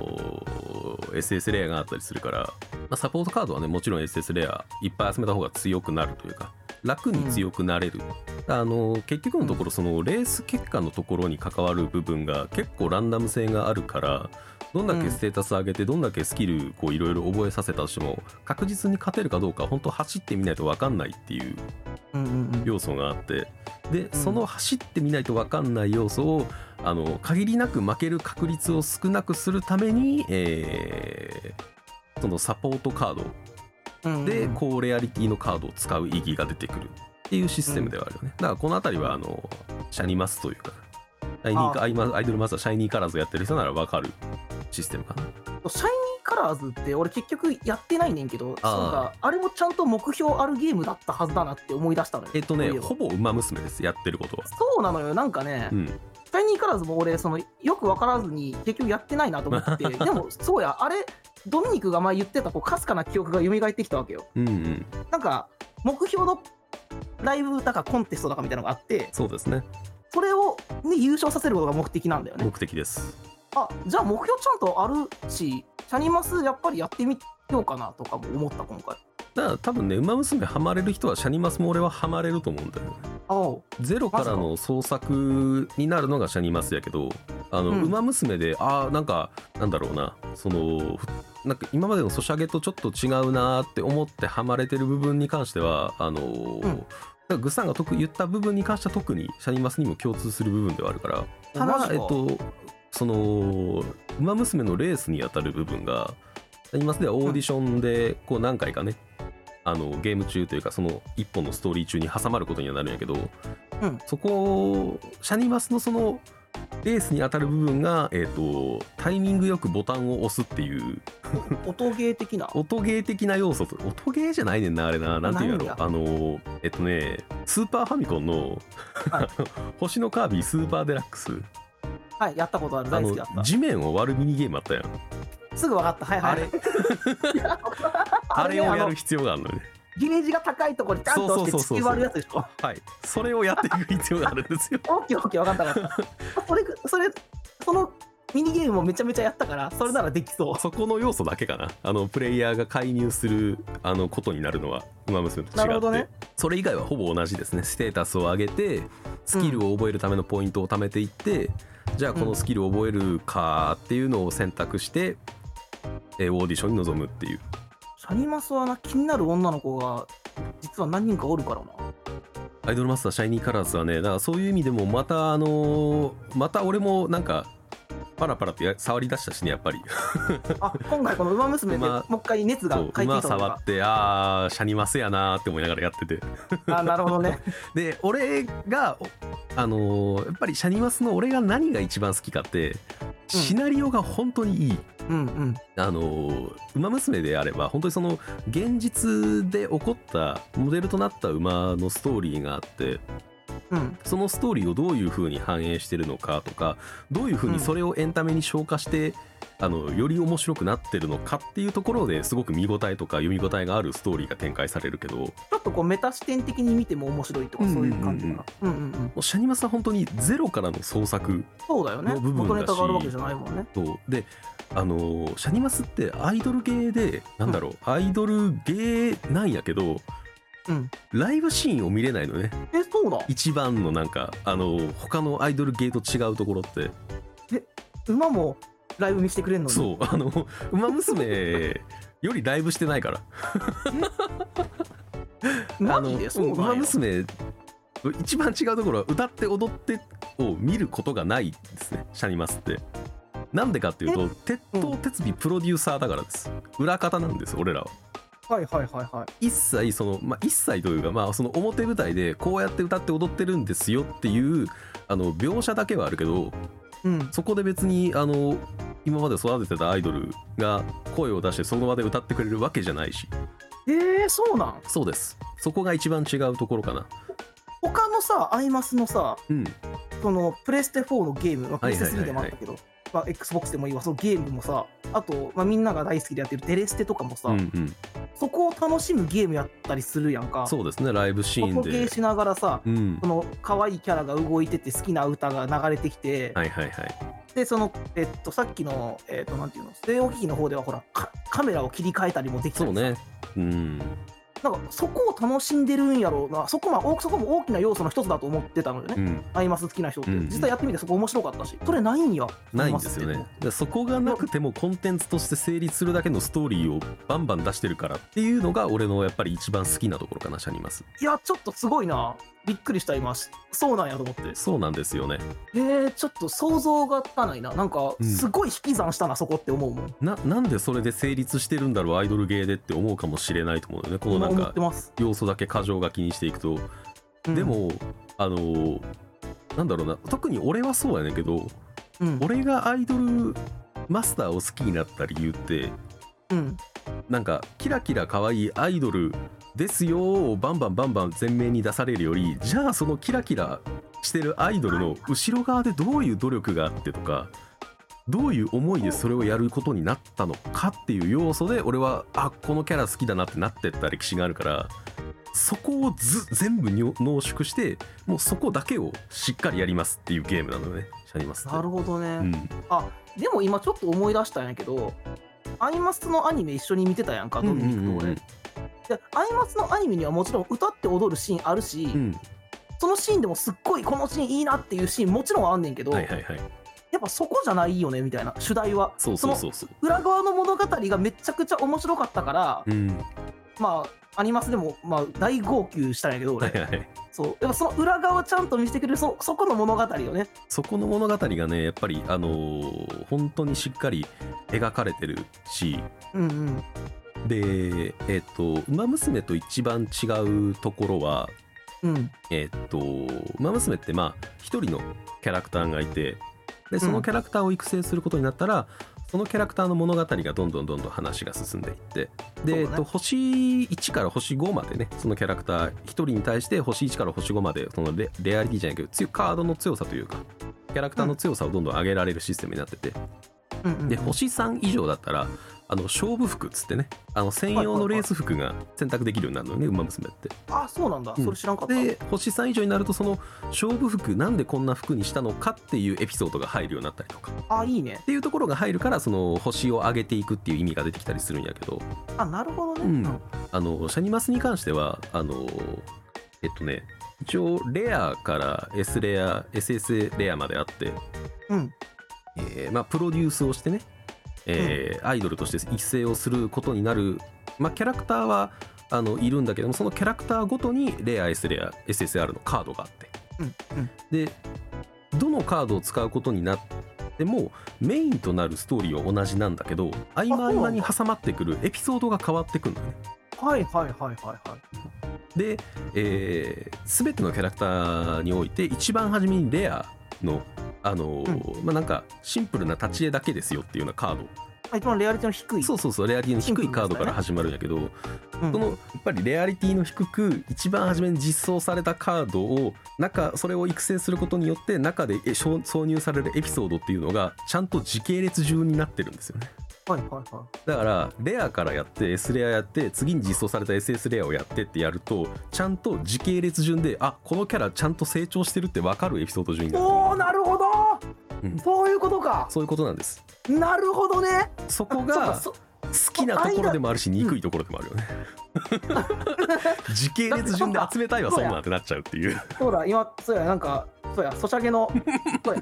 S2: SS レアがあったりするから、まあ、サポートカードはねもちろん SS レアいっぱい集めた方が強くなるというか楽に強くなれる、あの結局のところそのレース結果のところに関わる部分が結構ランダム性があるからどんだけステータス上げてどんだけスキルこういろいろ覚えさせたとしても確実に勝てるかどうか本当走ってみないと分かんないっていう
S1: うんうんうん
S2: 要素があってでその走ってみないと分かんない要素をあの限りなく負ける確率を少なくするために、えーそのサポートカ
S1: う
S2: ー
S1: んう
S2: ド
S1: ん
S2: で高レアリティのカードを使う意義が出てくるっていうシステムではあるよね、だからこの辺りはあのシャニマスというかシャイニー
S1: あ
S2: アイマアイドルマスターシャイニーカラーズやってる人なら分かるシステムかな
S1: シャイニーカラーズって俺結局やってないねんけど
S2: あー
S1: そうかあれもちゃんと目標あるゲームだったはずだなって思い出したのよ
S2: えっと
S1: そ
S2: ね
S1: ういえば
S2: ほぼ馬娘ですやってることは
S1: そうなのよなんかね、
S2: うん
S1: シャイニーカラーズも俺そのよく分からずに結局やってないなと思ってでもそうやあれドミニクが前言ってたこうかすかな記憶が蘇ってきたわけよ
S2: うんうん
S1: なんか目標のライブだかコンテストだかみたいなのがあって
S2: そうですね
S1: それを、ね、優勝させることが目的なんだよね
S2: 目的です
S1: あじゃあ目標ちゃんとあるしシャニマスやっぱりやってみようかなとかも思った今回
S2: だから多分ね「ウマ娘」ハマれる人はシャニマスも俺はハマれると思うんだよね
S1: あお
S2: ゼロからの創作になるのがシャニマスやけど「あの
S1: うん
S2: ウマ娘で」ああなんかなんだろうなそのふなんか今までのソシャゲとちょっと違うなーって思ってハマれてる部分に関してはあのー
S1: うん
S2: らグッサンが特言った部分に関しては特にシャニマスにも共通する部分ではあるからた
S1: マ
S2: だ
S1: ジか
S2: えっとその「ウマ娘」のレースにあたる部分がシャニマスではオーディションでこう何回かね、あのゲーム中というかその一本のストーリー中に挟まることにはなるんやけど、
S1: うん
S2: そこシャニマスのそのレースにあたる部分が、えっとタイミングよくボタンを押すっていう
S1: 音ゲー的な。
S2: 音ゲー的な要素と音ゲーじゃないねんなあれななんていうんやろ
S1: な
S2: あのーえっとねスーパーファミコンの
S1: はい
S2: 星のカービィスーパーデラックス
S1: はい、やったことある、
S2: あ
S1: 大好
S2: の
S1: きだった。
S2: 地面を割るミニゲームあったやん
S1: すぐ分かった、はいはい。
S2: あれ
S1: あ
S2: あ
S1: れね
S2: れをや
S1: あの
S2: る必要があるのよね
S1: ゲージが高いところにガンと押して
S2: そうそうそうそう
S1: 地球割るやつでし ょ。
S2: はいそれをやっていく必要があるんで すよ
S1: オッケーオッケー、分かった分かった。それ、それ、そのミニゲームもめちゃめちゃやったから、それならできそう。
S2: そこの要素だけかなあのプレイヤーが介入するあのことになるのは「ウマ娘」と
S1: な
S2: 違
S1: るほ
S2: っ
S1: ど
S2: て、
S1: ね
S2: それ以外はほぼ同じですねステータスを上げてスキルを覚えるためのポイントを貯めていって、じゃあこのスキルを覚えるかっていうのを選択して、えーオーディションに臨むっていう
S1: シャニマスはな、気になる女の子が、実は何人かおるからな。
S2: アイドルマスターシャイニーカラーズはねだからそういう意味でもまたあのーまた俺もなんかパラパラとや触り出したしねやっぱり
S1: あ、今回このウマ娘で、も
S2: 馬
S1: う一回熱が
S2: そう
S1: 回
S2: 馬
S1: 転したの
S2: 触
S1: か
S2: っ。てあーシャニマスやなーって思いながらやってて
S1: あ、なるほど ね。
S2: で俺がおあのーやっぱりシャニマスの俺が何が一番好きかってシナリオが本当にいい、
S1: うんうん。
S2: あの「ウマ娘」であれば本当にその現実で起こったモデルとなった馬のストーリーがあって
S1: うん。
S2: そのストーリーをどういう風に反映してるのかとかどういう風にそれをエンタメに昇華して、あのより面白くなってるのかっていうところですごく見応えとか読み応えがあるストーリーが展開されるけども
S1: ちょっとこうメタ視点的に見ても面白いとかそういう感じかな。うんうんうん。
S2: うシャニマスは本当にゼロからの創作
S1: そうだよね。
S2: の部分だし
S1: 元ネタがあるわけじゃないもんね。
S2: とであのーシャニマスってアイドル系でなんだろう、アイドルゲーなんやけど
S1: うん。
S2: ライブシーンを見れないのね
S1: え、そうだ。
S2: 一番のなんかあのー他のアイドルゲーと違うところって
S1: 馬もライブ見せてくれんのに。
S2: そうあの「ウマ娘」よりライブしてないからあ
S1: マ
S2: の
S1: ジでそううん
S2: ウマ
S1: なんや。
S2: 娘」一番違うところは歌って踊ってを見ることがないですねシャニマスってなんでかっていうと鉄
S1: う
S2: 頭鉄尾プロデューサーだからです裏方なんです俺らは
S1: はいはいはいはい。
S2: 一切その、まあ、一切というか、まあ、その表舞台でこうやって歌って踊ってるんですよっていうあの描写だけはあるけど
S1: うん。
S2: そこで別にあの今まで育ててたアイドルが声を出してその場で歌ってくれるわけじゃないし
S1: えー、そうなん。
S2: そうですそこが一番違うところかな
S1: 他のさ、アイマスのさ、
S2: うん
S1: そのプレステ4のゲーム、まあ、プ
S2: はい
S1: レ
S2: はい
S1: ス
S2: はい
S1: テ3でもあったけど、まあ、Xbox でもいいわ、そのゲームもさ、あと、まあ、みんなが大好きでやってるデレステとかもさ、
S2: うんうん
S1: そこを楽しむゲームやったりするやんか。
S2: そうですねライブシーン
S1: 音ゲー
S2: で
S1: しながらさ、
S2: うん
S1: この可愛いキャラが動いてて好きな歌が流れてきて、
S2: はいはいはい
S1: でその、えっと、さっきの、えっと、なんていうの据え置き機の方ではほらカカメラを切り替えたりもできた
S2: そ
S1: り
S2: う
S1: さ
S2: ねうん
S1: なんかそこを楽しんでるんやろうなそこはおそこも大きな要素の一つだと思ってたのよね、
S2: うん
S1: アイマス好きな人って、
S2: うんうん
S1: 実際やってみてそこ面白かったしそれないんや
S2: ないんですよ
S1: アイ
S2: ね
S1: マス
S2: だ
S1: っ
S2: からそこがなくてもコンテンツとして成立するだけのストーリーをバンバン出してるからっていうのが俺のやっぱり一番好きなところかなシャニマス
S1: ていやちょっとすごいなびっくりした今そうなんやと思って
S2: そうなんですよね
S1: えー、ちょっと想像がつかないななんか
S2: うん
S1: すごい引き算したな、そこって思うもん
S2: ななんでそれで成立してるんだろうアイドルゲーでって思うかもしれないと思うよねこの
S1: 今
S2: なん
S1: 思
S2: か
S1: ってます、
S2: 要素だけ過剰書きにしていくと、
S1: うん
S2: で、もあのーなんだろうな特に俺はそうやねんけど
S1: うん
S2: 俺がアイドルマスターを好きになった理由って
S1: うん、
S2: なんかキラキラ可愛いアイドルですよをバンバンバンバン前面に出されるよりじゃあそのキラキラしてるアイドルの後ろ側でどういう努力があってとかどういう思いでそれをやることになったのかっていう要素で俺はあこのキャラ好きだなってなってった歴史があるからそこをず全部に濃縮してもうそこだけをしっかりやりますっていうゲームなのよねシャニマスって
S1: なるほどね、
S2: うん
S1: あでも今ちょっと思い出したんやけどアイマスのアニメ一緒に見てたやんかドミニクと俺、
S2: うんうんうんうん
S1: でアイマスのアニメにはもちろん歌って踊るシーンあるし、
S2: うん
S1: そのシーンでもすっごいこのシーンいいなっていうシーンもちろんあんねんけど、
S2: はいはいはい
S1: やっぱそこじゃないよねみたいな主題は
S2: そうそう
S1: の
S2: そうそう
S1: 裏側の物語がめちゃくちゃ面白かったから、
S2: うん
S1: まあアニマスでも、まあ、大号泣したんやけど、
S2: はい
S1: 俺。
S2: はい、
S1: そう。やっぱその裏側をちゃんと見せてくれる、そそこの物語をね。
S2: そこの物語がねやっぱり、あのー本当にしっかり描かれてるし
S1: うんうん。
S2: でえっ、と「ウマ娘」と一番違うところは
S1: うん。
S2: えっと「ウマ娘」ってまあ一人のキャラクターがいてでそのキャラクターを育成することになったら、そのキャラクターの物語がどんどんどんどん話が進んでいってで、
S1: そうね
S2: えっと、星1から星5までねそのキャラクター一人に対して星1から星5までそのレレアリティじゃないけど強いカードの強さというかキャラクターの強さをどんどん上げられるシステムになってて、
S1: うんうん、
S2: で星3以上だったらあの勝負服っつってねあの専用のレース服が選択できるようになるのね「ウマ娘」って。
S1: あ、そうなんだ。
S2: うん
S1: それ知らんかった。
S2: で星3以上になるとその勝負服なんでこんな服にしたのかっていうエピソードが入るようになったりとかっ
S1: あ、いいね。
S2: ていうところが入るからその星を上げていくっていう意味が出てきたりするんやけど
S1: あ、なるほどね。
S2: うんあのシャニマスに関してはあのえっとね一応レアから S レア SS レアまであって、
S1: うん。
S2: えーまあ、プロデュースをしてね、えーアイドルとして育成をすることになる、まあ、キャラクターはあのいるんだけどもそのキャラクターごとにレア S レア SSR のカードがあって。
S1: うん。うん。
S2: でどのカードを使うことになってもメインとなるストーリーは同じなんだけど合間合間に挟まってくるエピソードが変わってくるのね。
S1: はいはいはいはいはい。
S2: で、えー、全てのキャラクターにおいて一番初めにレアのあのーまあなんかシンプルな立ち絵だけですよっていうようなカー
S1: あ一番レアリティの低
S2: ド
S1: い。
S2: そうそうそうレアリティの低いカードから始まるんやけど、
S1: うん
S2: そのやっぱりレアリティの低く一番初めに実装されたカードを中それを育成することによって中でえしょ挿入されるエピソードっていうのがちゃんと時系列中になってるんですよね
S1: はいはいはい。
S2: だからレアからやって S レアやって次に実装された SS レアをやってってやるとちゃんと時系列順であこのキャラちゃんと成長してるって分かるエピソード順になってる
S1: おおなるほど、
S2: うん
S1: そういうことか
S2: そういうことなんです
S1: なるほどね
S2: そこ
S1: あ
S2: が
S1: そうか
S2: 好きなところでもあるし憎いところでもある よね時系列順で集めたいはそんなんってなっちゃうっていう
S1: そそうだ今そうやなんかそうやソシャゲの そうや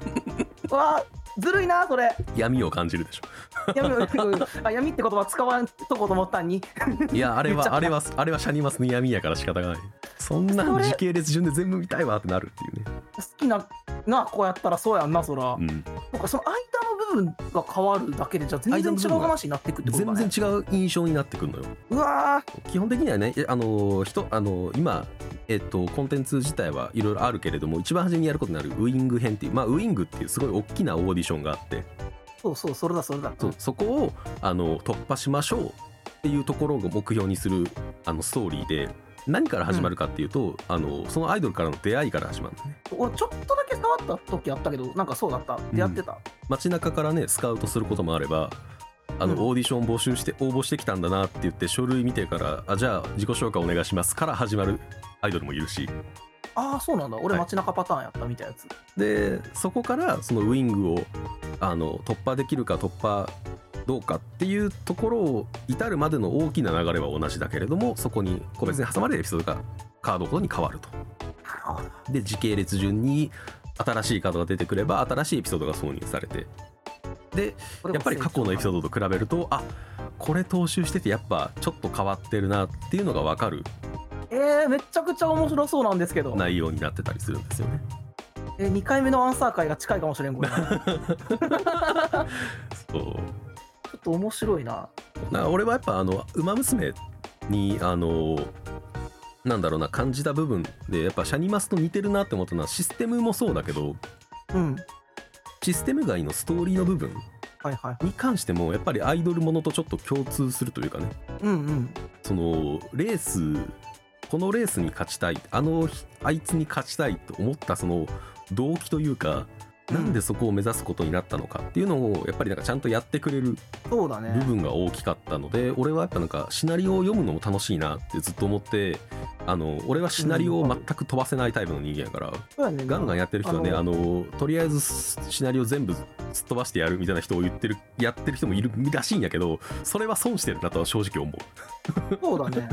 S1: うわーずるいなそれ
S2: 闇を感じるでし ょ
S1: 闇をあ闇って言葉使わんとこと思ったんに
S2: いやあれ
S1: 言っちゃっ
S2: は
S1: た
S2: あれはあれはシャニマスの闇やから仕方がないそんな
S1: そ
S2: ん
S1: れ
S2: 時系列順で全部見たいわってなるっていうね、
S1: 好きななこうやったらそうやんなそら、
S2: うん、
S1: なんかその間の部分が変わるだけでじゃあ全然違う話になってくってことだ
S2: 全
S1: ね
S2: 然違う印象になってくるのよ
S1: うわ
S2: 基本的にはねえあの人あの今えっとコンテンツ自体はいろいろあるけれども一番初めにやることになるウイング編っていうまあウイングっていうすごい大きなオーディションがあって
S1: ーそうそうそれだそれだ
S2: そうそこをあの突破しましょうっていうところを目標にするあのストーリーで何から始まるかっていうと、あのそのアイドルからの出会いから始まるのね
S1: 俺ちょっとだけ触った時あったけどなんかそうだった出会ってた、
S2: 街中からねスカウトすることもあればあの、
S1: うん
S2: オーディション募集して応募してきたんだなって言って書類見てからあじゃあ自己紹介お願いしますから始まるアイドルもいるし
S1: ああそうなんだ俺
S2: はい
S1: 街中パターンやったみたいなやつ、
S2: でそこからそのウイングをあの突破できるか突破どうかっていうところを至るまでの大きな流れは同じだけれどもそこに個別に挟まれるエピソードがカードごとに変わると。
S1: なるほど
S2: で時系列順に新しいカードが出てくれば新しいエピソードが挿入されてでやっぱり過去のエピソードと比べるとあこれ踏襲しててやっぱちょっと変わってるなっていうのが分かる
S1: えー、めちゃくちゃ面白そうなんですけど、
S2: 内容になってたりするんですよね。
S1: えー、2回目のアンサー会が近いかもしれんこれちょ
S2: そう
S1: っと面白いな
S2: な俺はやっぱあの「ウマ娘に」あのなんだろうな感じた部分でやっぱシャニマスと似てるなって思ったのはシステムもそうだけど
S1: うん
S2: システム外のストーリーの部分
S1: はいはい
S2: に関してもやっぱりアイドルものとちょっと共通するというかね
S1: うんうん
S2: そのレースこのレースに勝ちたいあのあいつに勝ちたいと思ったその動機というかなんでそこを目指すことになったのかっていうのをやっぱりなんかちゃんとやってくれる
S1: そうだね
S2: 部分が大きかったので俺はやっぱなんかシナリオを読むのも楽しいなってずっと思ってあの俺はシナリオを全く飛ばせないタイプの人間やから
S1: そうやねんな
S2: ガンガンやってる人はね
S1: あ
S2: あのとりあえずシナリオ全部すっ飛ばしてやるみたいな人を言ってるやってる人もいるらしいんやけどそれは損してるなとは正直思う。
S1: そうだね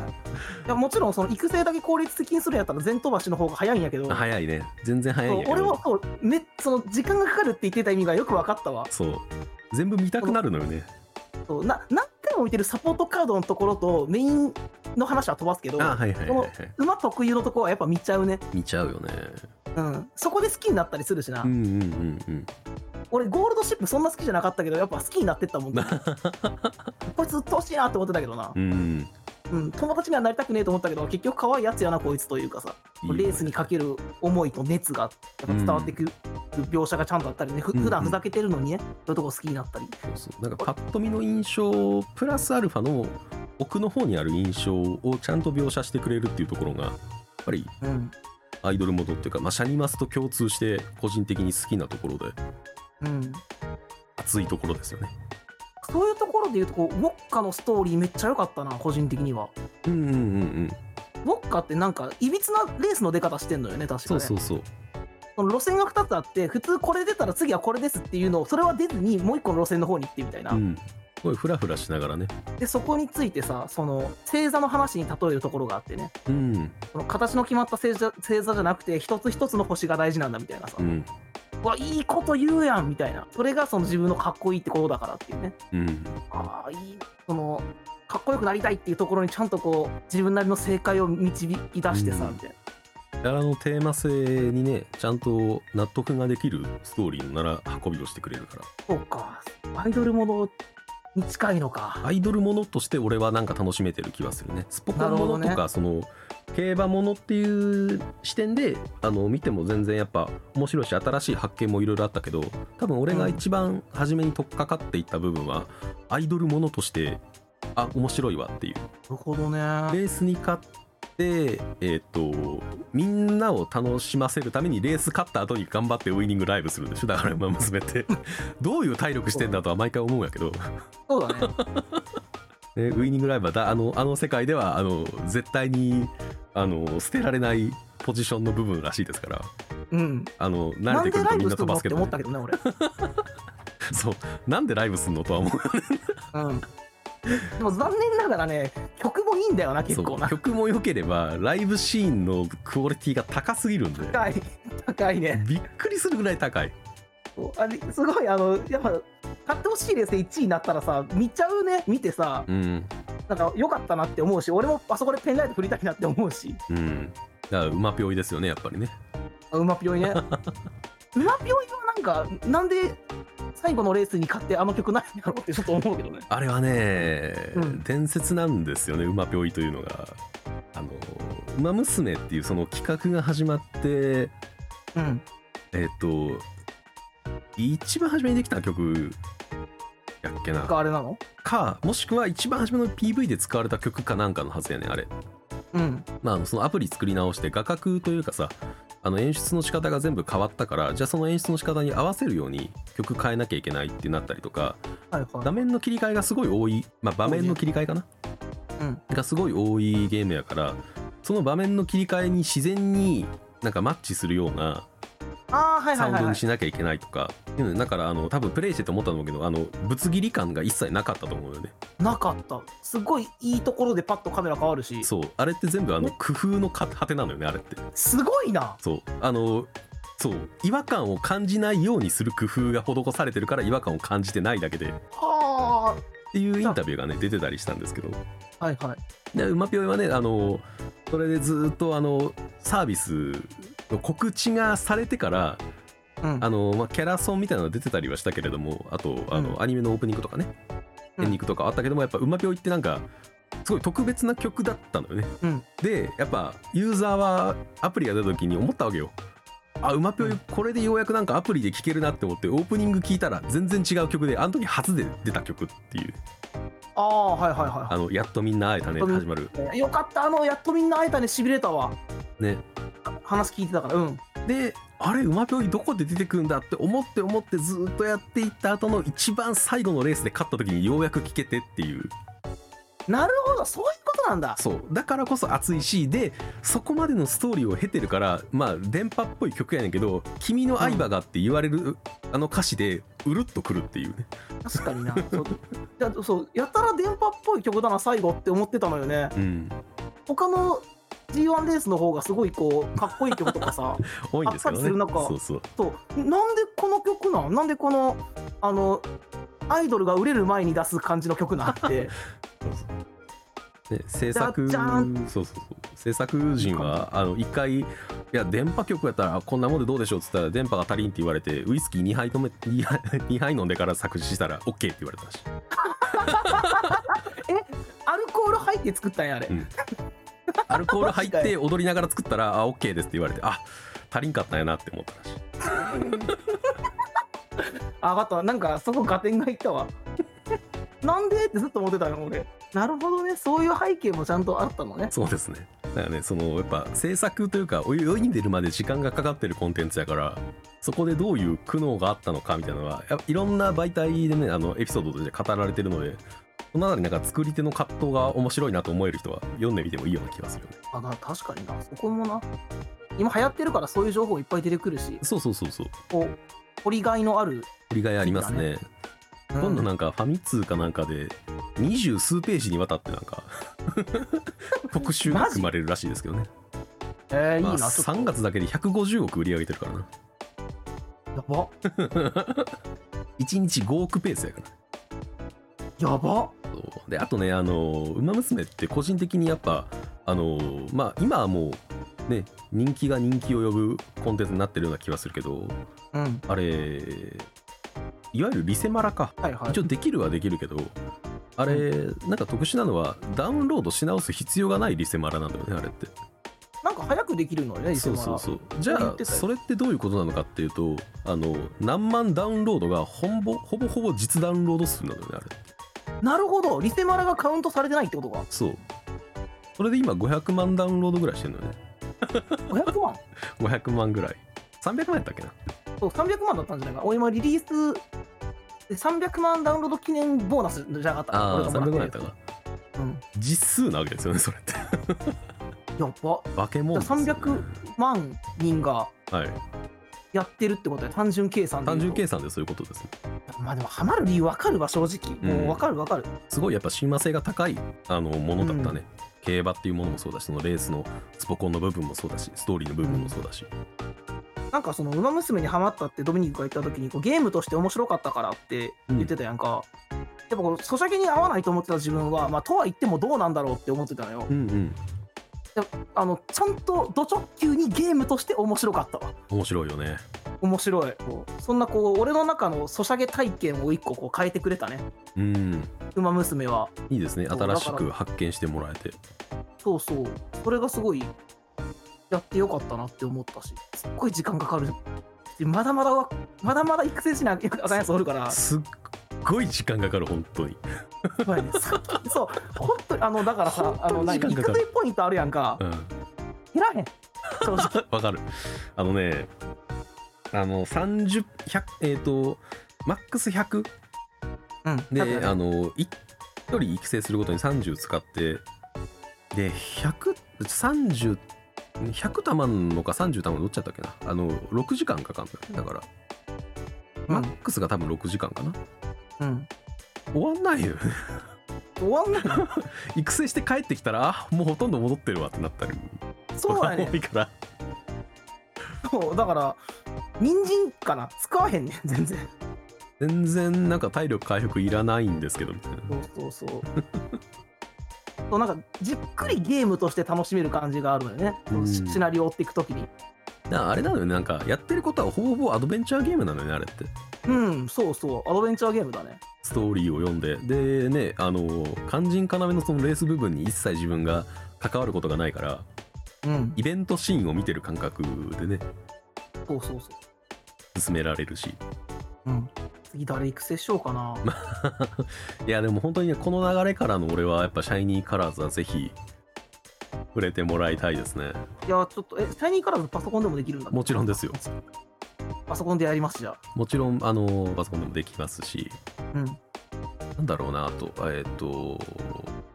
S1: いやもちろんその育成だけ効率的にするんやったら全飛ばしの方が早いんやけど
S2: 早いね全然早いん
S1: そ
S2: や
S1: う
S2: けど
S1: 俺はそうめその時間がかかるって言ってた意味がよく分かったわ
S2: そう全部見たくなるのよね
S1: そうな何回も見てるサポートカードのところとメインの話は飛ばすけど、
S2: あはいはいはい、はい、
S1: 馬特有のとこはやっぱ見ちゃうね。
S2: 見ちゃうよね
S1: うん。そこで好きになったりするしな。
S2: うんうんうんうん
S1: 俺、ゴールドシップそんな好きじゃなかったけど、やっぱ好きになってったも んね。こいつ、うっとうしいなって思ってたけどな
S2: う。ん
S1: うん。友達にはなりたくねえと思ったけど、結局可愛いやつやな、こいつというかさ。
S2: いいよね
S1: レースにかける思いと熱がやっぱ伝わってくる描写がちゃんとあったりね、ふ
S2: うんうん
S1: 普段ふざけてるのにね、そういうとこ好きになったり。
S2: そうそうなんかパッと見の印象プラスアルファの奥の方にある印象をちゃんと描写してくれるっていうところがやっぱり
S1: うん。
S2: アイドルモードっていうか、まあ、シャニマスと共通して個人的に好きなところで
S1: うん。
S2: 熱いところですよね
S1: そういうところで言うとこう、ウォッカのストーリーめっちゃ良かったな、個人的には。
S2: うんうんうんうん
S1: ウォッカってなんか、いびつなレースの出方してんのよね、確か
S2: そ
S1: ね。
S2: うそうそう
S1: その路線が2つあって、普通これ出たら次はこれですっていうのを、それは出ずにもう1個の路線の方に行ってみたいな。
S2: うんすごいフラフラしながらね
S1: で、そこについてさ、その星座の話に例えるところがあってね、
S2: うん
S1: その形の決まった星座星座じゃなくて、一つ一つの星が大事なんだみたいなさ、
S2: うん
S1: うわ、いいこと言うやんみたいな。それがその自分のかっこいいってことだからっていうね。
S2: うん
S1: ああ、いい。その、かっこよくなりたいっていうところにちゃんとこう、自分なりの正解を導き出してさ、
S2: うん
S1: みたいな。
S2: あのテーマ性にねちゃんと納得ができるストーリーのなら運びをしてくれるから
S1: そうか、アイドルものに近いのか。
S2: アイドルものとして俺はなんか楽しめてる気はするねスポコンものと
S1: なるほど
S2: か、その競馬ものっていう視点であの見ても全然やっぱ面白いし新しい発見もいろいろあったけど多分俺が一番初めに取っかかっていった部分は、アイドルものとしてあ面白いわっていう
S1: なるほどね。
S2: レースに勝ってえっ、とみんなを楽しませるためにレース勝った後に頑張ってウイニングライブするんでしょだから馬娘って どういう体力してんだとは毎回思うんやけど
S1: そうだ ね。
S2: ね、ウイニングライブはだあのあの世界ではあの絶対にあの捨てられないポジションの部分らしいですから
S1: うん。
S2: あの慣
S1: な
S2: れ
S1: ん
S2: てく
S1: で
S2: る
S1: ラ
S2: と
S1: イ
S2: みん
S1: ブ
S2: な
S1: する
S2: 飛
S1: の
S2: ば
S1: っ
S2: すけ
S1: て
S2: ど、
S1: 思っ
S2: ね
S1: た、けどね、俺。
S2: そうなんでライブすんのとは思う
S1: うん。でも残念ながらね、曲もいいんだよな、結構
S2: そう
S1: な。
S2: 曲も良ければライブシーンのクオリティが高すぎるんで
S1: 高い、高いね。
S2: びっくりするぐらい高い
S1: そうあれすごい、あの、やっぱ、買ってほしいレースで1位になったらさ、見ちゃうね、見てさ、
S2: うん
S1: なんか良かったなって思うし、俺もあそこでペンライト振りたいなって思うし、
S2: うんだから馬ぴょいですよねやっぱりね
S1: あ馬ぴょいね。 馬ぴょいはなんか、なんで最後のレースに買ってあの曲ないんだろう ってちょっと思うけどね。
S2: あれはね、
S1: うん
S2: 伝説なんですよね馬ぴょいというのがあの「馬娘」っていうその企画が始まって
S1: うん。
S2: えっ、と、一番初めにできた曲やっけな。
S1: あれなの
S2: か、もしくは一番初めの PV で使われた曲かなんかのはずやねんあれ。
S1: うん。
S2: まああの、そのアプリ作り直して画角というかさ、あの演出の仕方が全部変わったから、じゃあその演出の仕方に合わせるように曲変えなきゃいけないってなったりとか、
S1: はいは
S2: 画面の切り替えがすごい多い、まあ場面の切り替えかな。
S1: い。うん。
S2: がすごい多いゲームやから、その場面の切り替えに自然になんかマッチするような
S1: ああ、はい
S2: サ
S1: はい
S2: ウン
S1: はい、
S2: ド
S1: は
S2: に
S1: い。
S2: しなきゃいけないとか、うんだからあの多分プレイしてて思ったと思うけどあのぶつ切り感が一切なかったと思うよね
S1: なかった。すごいいいところでパッとカメラ変わるし、
S2: そうあれって全部あの工夫のか果てなのよねあれって
S1: すごいな。
S2: そうあのそう違和感を感じないようにする工夫が施されてるから違和感を感じてないだけでっ
S1: は
S2: ていうインタビューがね出てたりしたんですけど
S1: あ。はいはい。
S2: で馬ぴょいはねあのそれでずっとあのサービスの告知がされてから
S1: うん
S2: あ。の、まあ、キャラソンみたいなのが出てたりはしたけれどもあとあの、
S1: う
S2: アニメのオープニングとかねエンディングとかあったけどもやっぱ「馬ぴょい」ってなんかすごい特別な曲だったのよね、
S1: うん
S2: でやっぱユーザーはアプリが出た時に思ったわけよあ馬ぴょ
S1: う
S2: い
S1: ん
S2: これでようやくなんかアプリで聴けるなって思ってオープニング聴いたら全然違う曲であの時初で出た曲っていう
S1: ああ、はいはいはい
S2: あのやっとみんな会えたね
S1: やっとみ
S2: 始まる
S1: はい。よかった、あの、やっとみんな会えたね、しびれたわ。
S2: ね
S1: 話聞いてたから、うん。
S2: であれ馬ぴょいどこで出てくるんだって思って思ってずーっとやっていった後の一番最後のレースで勝った時にようやく聴けてっていう
S1: なるほど、そういうことなんだ。
S2: そうだからこそ熱いしでそこまでのストーリーを経てるからまあ電波っぽい曲やねんけど「君の相葉が」って言われる、あの歌詞でうるっとくるっていうね
S1: 確かに な。そういやそうやたら電波っぽい曲だな、最後って思ってたのよね。
S2: うん
S1: 他の G1 レースの方がすごいこう、かっこいい曲とか さ、
S2: 多いんですけど
S1: あっさりする
S2: ね
S1: 中
S2: そうそう
S1: そうなんでこの曲なんなんでこの、あ の、アイドルが売れる前に出す感じの曲なんて。
S2: ね、制作
S1: じゃじゃん
S2: そうそうそう制作陣はあの1回いや電波局やったらあこんなもんでどうでしょうっつったら電波が足りんって言われてウイスキー2杯飲め 2, 杯2杯飲んでから作詞したら OK って言われたらしい
S1: アルコール入って作ったんやあれ、
S2: うんアルコール入って踊りながら作ったらあ OK ですって言われてあ足りんかったんやなって思ったらしい
S1: あ分かったなんかそこ合点がいったわ なんでってずっと思ってたの俺なるほどねそういう背景もちゃんとあったのね
S2: そうですねだからねそのやっぱ制作というかお湯に出るまで時間がかかってるコンテンツやからそこでどういう苦悩があったのかみたいなのはやいろんな媒体でねあのエピソードとして語られてるのでその中でなんか作り手の葛藤が面白いなと思える人は読んでみてもいいような気がするよね
S1: あな確かになそこもな今流行ってるからそういう情報いっぱい出てくるし
S2: そうそうそうそう
S1: こう掘りがいのある、
S2: 振りがいありますね今度なんかファミ通かなんかで二十数ページにわたってなんか 特集が組まれるらしいですけどね
S1: えー、いい
S2: まあ、
S1: なちょっと
S2: 3月だけで150億売り上げてるからな
S1: やば
S2: 1日5億ペースやから
S1: やば
S2: そうであとねあの「ウマ娘」って個人的にやっぱあのまあ今はもうね人気が人気を呼ぶコンテンツになってるような気はするけど
S1: うん
S2: あれいわゆるリセマラか
S1: はいはい
S2: 一応できるはできるけどあれなんか特殊なのはダウンロードし直す必要がないリセマラなんだよねあれって
S1: なんか早くできるのよね伊勢
S2: そう
S1: 丸
S2: そうそうじゃ
S1: 言っ
S2: あ
S1: てたよ
S2: それってどういうことなのかっていうとあの何万ダウンロードがほんぼほぼほぼ実ダウンロード数なのよねあれ
S1: なるほどリセマラがカウントされてないってことか
S2: そうそれで今500万ダウンロードぐらいしてるのよね
S1: 500万
S2: 500万ぐらい300万やったっけな
S1: そう300万だったんじゃないかな俺今リリースで300万ダウンロード記念ボーナスじゃなかった
S2: ああ
S1: 俺
S2: 300
S1: がも
S2: 万
S1: ら
S2: や
S1: っ
S2: った
S1: て
S2: か
S1: るうん
S2: 実数なわけですよねそ れって
S1: やば
S2: 化け物ですよね、
S1: 300万人が
S2: はい
S1: やってるってことで単純計算で
S2: 単純計
S1: 算
S2: 算でそういうことですね
S1: まあでもハマる理由わかるわ正直、
S2: うん
S1: もうわかるわかる
S2: すごいやっぱ親和性が高いあのものだったね、競馬っていうものもそうだしそのレースのスポコンの部分もそうだしストーリーの部分もそうだし、
S1: なんかその「ウマ娘」にハマったってドミニクが言った時にこうゲームとして面白かったからって言ってたやんか、やっぱこのソシャゲに合わないと思ってた自分は、まあ、とは言ってもどうなんだろうって思ってたのよ、
S2: うんうん
S1: あのちゃんとド直球にゲームとして面白かったわ
S2: 面白いよね
S1: 面白いこうそんなこう俺の中のソシャゲ体験を一個こう変えてくれたね
S2: うん
S1: ウマ娘は
S2: はいいですね
S1: そうだから
S2: 新しく発見してもらえて
S1: そうそうそれがすごいやってよかったなって思ったしすっごい時間かかるしまだまだわまだまだ育成しなあかんやつおるから
S2: すっごい時間かかる本当に
S1: やばいねさっきそう本当にあのだからさあの
S2: 本当
S1: 何
S2: に時間か
S1: 育
S2: かる
S1: 成ポイントあるやんか
S2: うん
S1: 減らへん正直
S2: わかるあのねあの30100えっ、とマックス100
S1: うん
S2: で、
S1: だから
S2: あ
S1: ね
S2: の1人育成するごとに30使ってで10030 100たまんのか30たまんのどっちだったっけなあの6時間かかんだよだから、マックスが多分6時間かな
S1: うんうん
S2: 終わんないよね
S1: 終わんないの
S2: 育成して帰ってきたらあもうほとんど戻ってるわってなったり
S1: そう だ
S2: 多
S1: ね
S2: いから
S1: そうだから人参かな使わへんねん全然
S2: 全然なんか体力回復いらないんですけどみたいな
S1: そうそうそうそうなんかじっくりゲームとして楽しめる感じがあるのよね、
S2: うん
S1: シシナリオを追っていくときに
S2: だからあれなのよねなんかやってることはほぼほぼアドベンチャーゲームなのよねあれって
S1: うんそうそうアドベンチャーゲームだね
S2: ストーリーを読んででねあの肝心要のそのレース部分に一切自分が関わることがないから
S1: うん
S2: イベントシーンを見てる感覚でね
S1: そうそうそ
S2: 進められるし
S1: ううん次誰育成しようかな、
S2: いやでも本当にねこの流れからの俺はやっぱ「シャイニーカラーズ」はぜひ触れてもらいたいですね
S1: いやちょっとえシャイニーカラーズパソコンでもできるんだ
S2: もちろんですよ
S1: パソコンでやりますじゃ
S2: もちろんあのパソコンでもできますし
S1: あうん
S2: なんだろうなあとえっ、と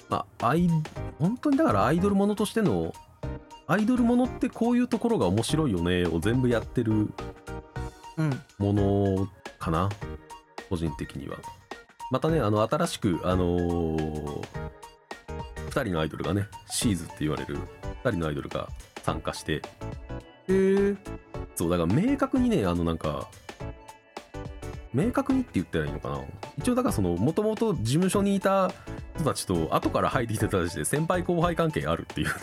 S2: まあアイ本当にだからアイドルものとしてのアイドルものってこういうところが面白いよねを全部やってる
S1: うん
S2: ものかな個人的にはまたねあの新しくあのー、2人のアイドルがねシーズって言われる2人のアイドルが参加して
S1: へえ
S2: そうだから明確にねあのなんか明確にって言ったらいいのかな一応だからそのもともと事務所にいた人たちと後から入ってきた人たちで先輩後輩関係あるっていうね、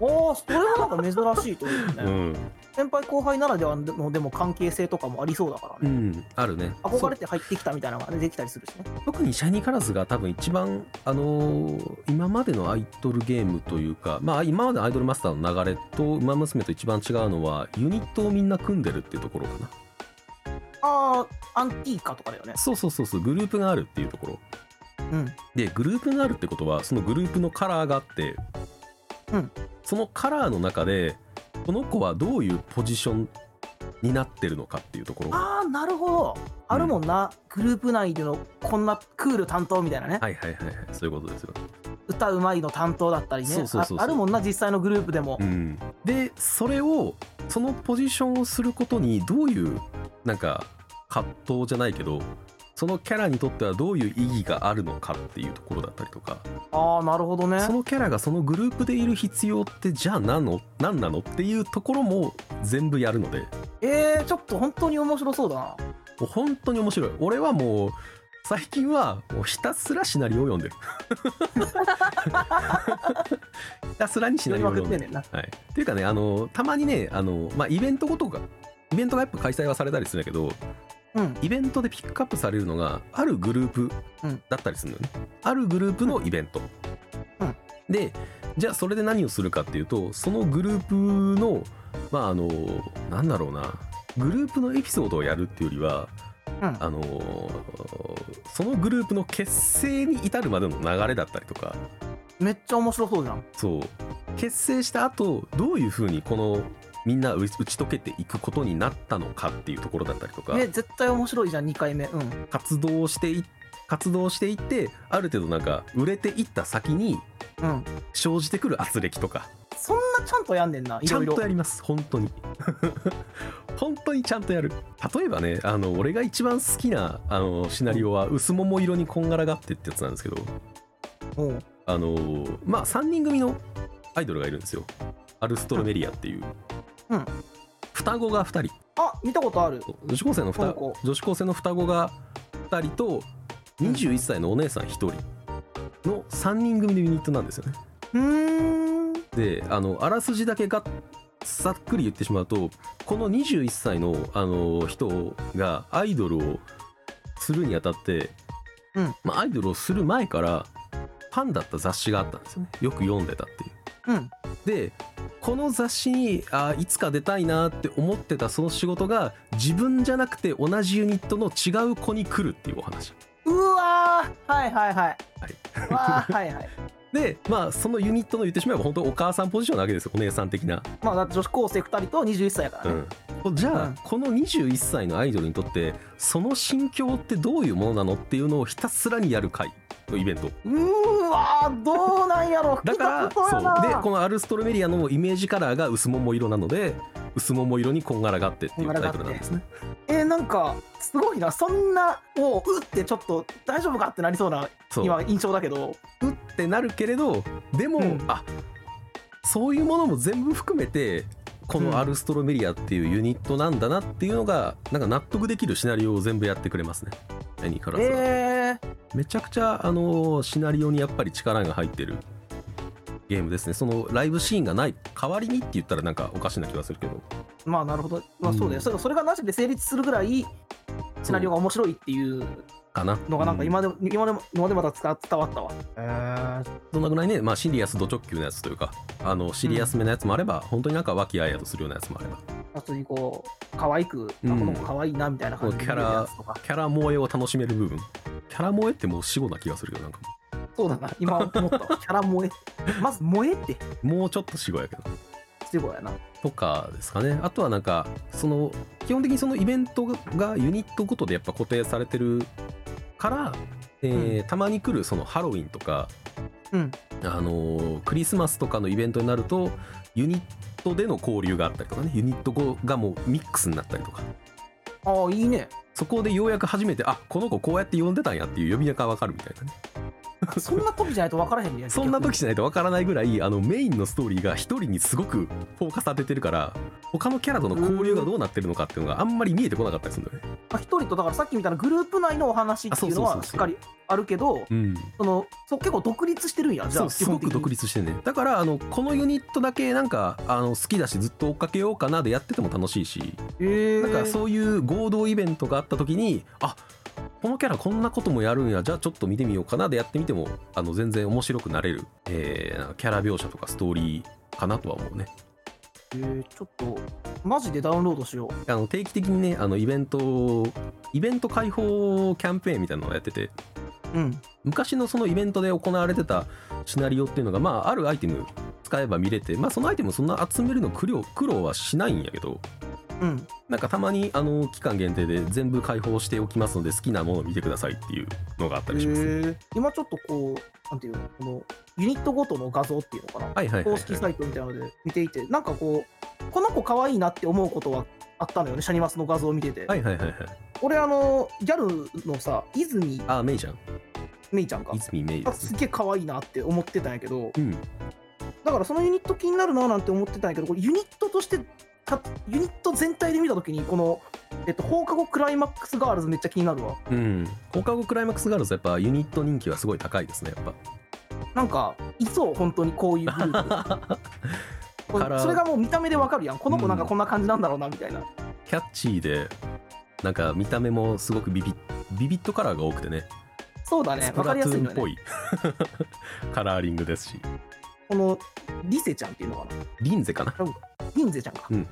S1: おーそれはなんか珍しいというか
S2: う
S1: ね、
S2: ん
S1: 先輩後輩ならではのでも関係性とかもありそうだから
S2: う
S1: ね、
S2: ん、あるね
S1: 憧れて入ってきたみたいなのがねできたりするしね
S2: 特にシャイニーカラーズが多分一番、あのー今までのアイドルゲームというか、まあ、今までのアイドルマスターの流れと「ウマ娘」と一番違うのはユニットをみんな組んでるっていうところかな
S1: ああアンティーカとかだよね
S2: そうそうそうそうグループがあるっていうところ
S1: うん
S2: でグループがあるってことはそのグループのカラーがあって、
S1: うん
S2: そのカラーの中でこの子はどういうポジションになってるのかっていうところは
S1: ああなるほどあるもんな、グループ内でのこんなクール担当みたいなね、
S2: いはいはいはいそういうことですよ
S1: 歌うまいの担当だったりね
S2: そうそうそうそう
S1: ああるもんな実際のグループでも、
S2: うん、でそれをそのポジションをすることにどういうなんか葛藤じゃないけどそのキャラにとってはどういう意義があるのかっていうところだったりとか
S1: ああなるほどね
S2: そのキャラがそのグループでいる必要ってじゃあ何の何なのっていうところも全部やるのでも
S1: えー、ちょっと本当に面白そうだな
S2: う本当に面白い俺はもう最近はもうひたすらシナリオを読んでる ひたすらにシナリオを読んでる
S1: 読みまくっ
S2: はい、っていうかねあのたまにねあの、まあ、イベントごとがイベントがやっぱ開催はされたりするんだけど
S1: うん
S2: イベントでピックアップされるのがあるグループ
S1: うん
S2: だったりするんだよね、あるグループのイベント、
S1: うん
S2: でじゃあそれで何をするかっていうとそのグループのまああのなんだろうなグループのエピソードをやるっていうよりは
S1: うん
S2: あのそのグループの結成に至るまでの流れだったりとか
S1: めっちゃ面白そうじゃん
S2: そう結成した後どういうふうにこのみんな打ち打ち解けていくことになったのかっていうところだったりとか、
S1: ね絶対面白いじゃん2回目うん
S2: 活動してい活動していってある程度なんか売れていった先に
S1: うん
S2: 生じてくる圧力とか
S1: そんなちゃんとやんねんない
S2: ちゃ
S1: ろい
S2: ん
S1: ろ
S2: とやります本当に 本当にちゃんとやる例えばねあの俺が一番好きなあのシナリオは「薄桃色にこんがらがって」ってやつなんですけど
S1: うん
S2: あのまあ3人組のアイドルがいるんですよアルストロメリアっていう、
S1: うん
S2: 双子が2人
S1: あ見たことある
S2: 女子高生の
S1: そう
S2: 双
S1: こ
S2: 子女子高生の双子が2人と21歳のお姉さん1人の3人組のユニットなんですよね
S1: うーん
S2: であのあらすじだけがさっくり言ってしまうとこの21歳のあの人がアイドルをするにあたって、
S1: うん
S2: まあ、アイドルをする前からファンだった雑誌があったんですよねよく読んでたっていう
S1: うん
S2: でこの雑誌にあいつか出たいなって思ってたその仕事が自分じゃなくて同じユニットの違う子に来るっていうお話
S1: うわーはいはいはい
S2: は
S1: うわーはいはい
S2: でまあそのユニットの言ってしまえば本当お母さんポジションなわけですよお姉さん的な、
S1: まあだって女子高生2人と21歳やからね、
S2: うん、じゃあ、
S1: うん
S2: この21歳のアイドルにとってその心境ってどういうものなのっていうのをひたすらにやる会のイベント
S1: うーわーどうなんやろ
S2: だから
S1: 聞いたことやな
S2: そうでこのアルストロメリアのイメージカラーが薄桃色なので薄桃色にこんがらがってっていうタイトルなんですね
S1: えー、なんかすごいなそんなおううってちょっと大丈夫かってなりそうな
S2: そう
S1: 今印象だけど
S2: うってなるけれどでも、
S1: うん
S2: あそういうものも全部含めてこ
S1: うん
S2: のアルストロメリアっていうユニットなんだなっていうのがなんか納得できるシナリオを全部やってくれますね。エニカラスは
S1: えー、
S2: めちゃくちゃあのシナリオにやっぱり力が入ってるゲームですねそのライブシーンがない代わりにって言ったらなんかおかしな気がするけど
S1: まあなるほどまあそうだよ、
S2: うん
S1: それそれがなしで成立するぐらいシナリオが面白いっていう
S2: かな
S1: のがなんか
S2: うん
S1: 今でも、今でも今でもまた伝わったわえ
S2: そんなぐらいね、まあ、シリアスド直球のやつというかあのシリアスめなやつもあれば、本当になんか和気あいあいとするようなやつもあれば
S1: 普通にこう可愛く、あ
S2: うん
S1: この子可愛いなみたいな感じで
S2: こうキャラ
S1: 見れるやつとか
S2: キャラ萌えを楽しめる部分キャラ萌えってもう死後な気がするけどなんか
S1: そうだな今思った わキャラ萌えまず萌えって
S2: もうちょっと死後やけど
S1: すごいやな
S2: とかですかねあとはなんかその基本的にそのイベントがユニットごとでやっぱ固定されてるから、えーたまに来るそのハロウィンとか、
S1: うん
S2: あのークリスマスとかのイベントになるとユニットでの交流があったりとかねユニット語がもうミックスになったりとか
S1: ああいい ね
S2: そこでようやく初めてあこの子こうやって呼んでたんやっていう呼び名が分かるみたいなね
S1: そんな時じゃないと分からへんね
S2: そんな
S1: 逆に
S2: 時じゃないとわからないぐらいあのメインのストーリーが一人にすごくフォーカス当ててるから他のキャラとの交流がどうなってるのかっていうのがあんまり見えてこなかったりするんだよね。
S1: まあ、1人とだからさっきみたいなグループ内のお話っていうの
S2: あそ
S1: は
S2: う
S1: しっ
S2: そうそうそう
S1: かりあるけど
S2: うん、
S1: そのそう結構独立してるんやじゃ
S2: そ
S1: あ
S2: う
S1: 基
S2: す
S1: 本
S2: ご
S1: 的
S2: く
S1: に
S2: 独立してねだからあのこのユニットだけなんかあの好きだしずっと追っかけようかなでやってても楽しいし
S1: へえ
S2: なんかそういう合同イベントがあった時にあこのキャラこんなこともやるんやじゃあちょっと見てみようかなでやってみてもあの全然面白くなれる、えーなんかキャラ描写とかストーリーかなとは思うね
S1: えーちょっとマジでダウンロードしよ
S2: あの定期的にねあのイベントイベント開放キャンペーンみたいなのをやってて
S1: ううん
S2: 昔のそのイベントで行われてたシナリオっていうのが、まあ、あるアイテム使えば見れて、まあ、そのアイテムそんな集めるの苦労苦労はしないんやけど
S1: うん
S2: なんかたまにあの期間限定で全部開放しておきますので好きなものを見てくださいっていうのがあったりします、
S1: へー今ちょっとこうなんていうのこのユニットごとの画像っていうのかな、
S2: はいはいはい、
S1: 公
S2: はい、
S1: 式サイトみたいなので見ていてなんかこうこの子可愛いなって思うことはあったのよねシャニマスの画像を見てて、
S2: はいはいはいはい
S1: 俺あのギャルのさ泉
S2: あメイじゃん
S1: メイちゃんが
S2: 泉メイ
S1: あ
S2: です
S1: す
S2: ね
S1: げえ可愛いなって思ってたんやけど
S2: うん
S1: だからそのユニット気になるななんて思ってたんやけどこれユニットとしてたユニット全体で見た時にこの、えっと、放課後クライマックスガールズめっちゃ気になるわ
S2: うん放課後クライマックスガールズはやっぱユニット人気はすごい高いですねやっぱ
S1: なんかいそう本当にこういうグルー プこれ
S2: カラー
S1: それがもう見た目でわかるやんこの子なんかこんな感じなんだろうなみたいな、
S2: キャッチーでなんか見た目もすごくビビッビビットカラーが多くてね
S1: そうだね
S2: スプ
S1: わか
S2: ラ
S1: り
S2: ト
S1: や
S2: ゥ
S1: すい
S2: ー
S1: の
S2: ンっ
S1: よ
S2: ぽ
S1: ね
S2: い カラーリングですし
S1: このリセちゃんっていうのかな
S2: リンゼかな
S1: リンゼちゃんか、
S2: うん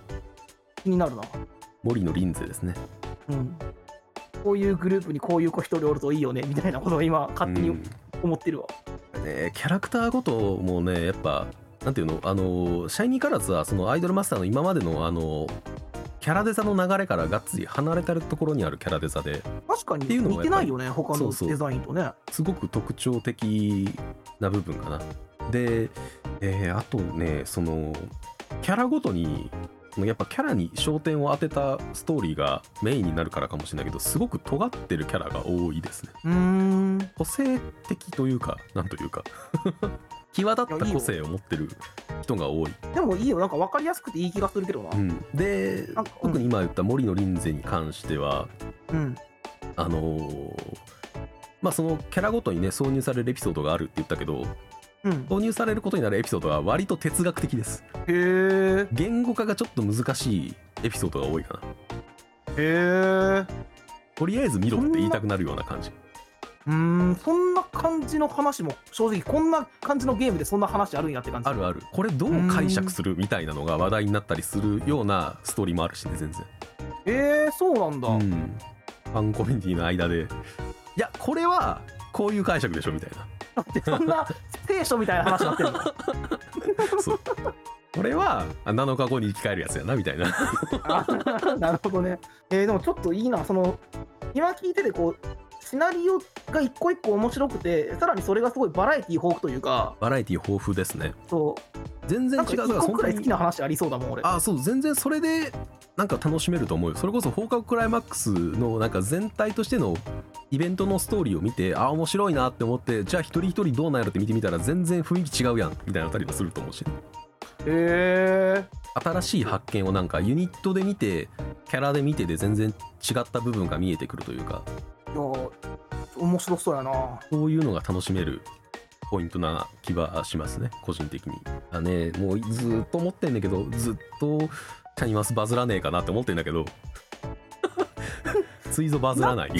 S1: 気になるな
S2: 森のリンゼですね
S1: うんこういうグループにこういう子一人おるといいよねみたいなことを今勝手
S2: う
S1: に
S2: ん
S1: 思ってるわ、
S2: ねキャラクターごともねやっぱなんていうのあのシャイニーカラーズはそのアイドルマスターの今までのあのキャラデザの流れからがっつり離れたるところにあるキャラデザで
S1: 確か
S2: って
S1: に
S2: いうのも
S1: 似
S2: やってぱり
S1: ないよね他
S2: そ
S1: の
S2: うそう
S1: デザインとね
S2: すごく特徴的な部分かな。で、えーあとねそのキャラごとにそのやっぱキャラに焦点を当てたストーリーがメインになるからかもしれないけどすごく尖ってるキャラが多いですね。
S1: うーん
S2: 個性的というかなんというか際立った個性を持ってる人が多い。
S1: でもいいよなんか分かりやすくていい気がするけどな
S2: うん、で
S1: なんかうん
S2: 特に今言った森の臨世に関しては
S1: うん
S2: あのーまあそのキャラごとにね挿入されるエピソードがあるって言ったけど
S1: うん
S2: 導入されることになるエピソードは割と哲学的です
S1: へえ
S2: 言語化がちょっと難しいエピソードが多いかな
S1: へえ
S2: とりあえず見ろって言いたくなるような感じ
S1: うーんそんな感じの話も正直こんな感じのゲームでそんな話あるんやって感じ
S2: あるあるこれどう解釈するみたいなのが話題になったりするようなストーリーもあるしね全然
S1: えー、そうなんだ、
S2: うんファンコミュニティの間でいやこれはこういう解釈でしょみた いな
S1: でそんな聖書みたいな話になってるの
S2: そうこれはあ7日後に生き返るやつやなみたいな
S1: あ なるほどねえー、でもちょっといいなその今聞いててこうシナリオが一個一個面白くてさらにそれがすごいバラエティ豊富というか
S2: バラエティ豊富ですね
S1: そう
S2: 全然
S1: なん
S2: 違
S1: か
S2: うだ
S1: 一個くらい好きな
S2: 本
S1: 話ありそうだもん俺
S2: 当にあそう全然それでなんか楽しめると思うよそれこそ放課後クライマックスのなんか全体としてのイベントのストーリーを見てあ面白いなって思ってじゃあ一人一人どうなんやろって見てみたら全然雰囲気違うやんみたいなあたりもすると思うし
S1: へ
S2: 新しい発見をなんかユニットで見てキャラで見てで全然違った部分が見えてくるというか
S1: えいや面白そうやな
S2: そういうのが楽しめるポイントな気はしますね、個人的に。あね、もうずっと思ってんだけど、ずっと、シャニマスバズらねえかなって思ってんだけど、 ついぞバズらない。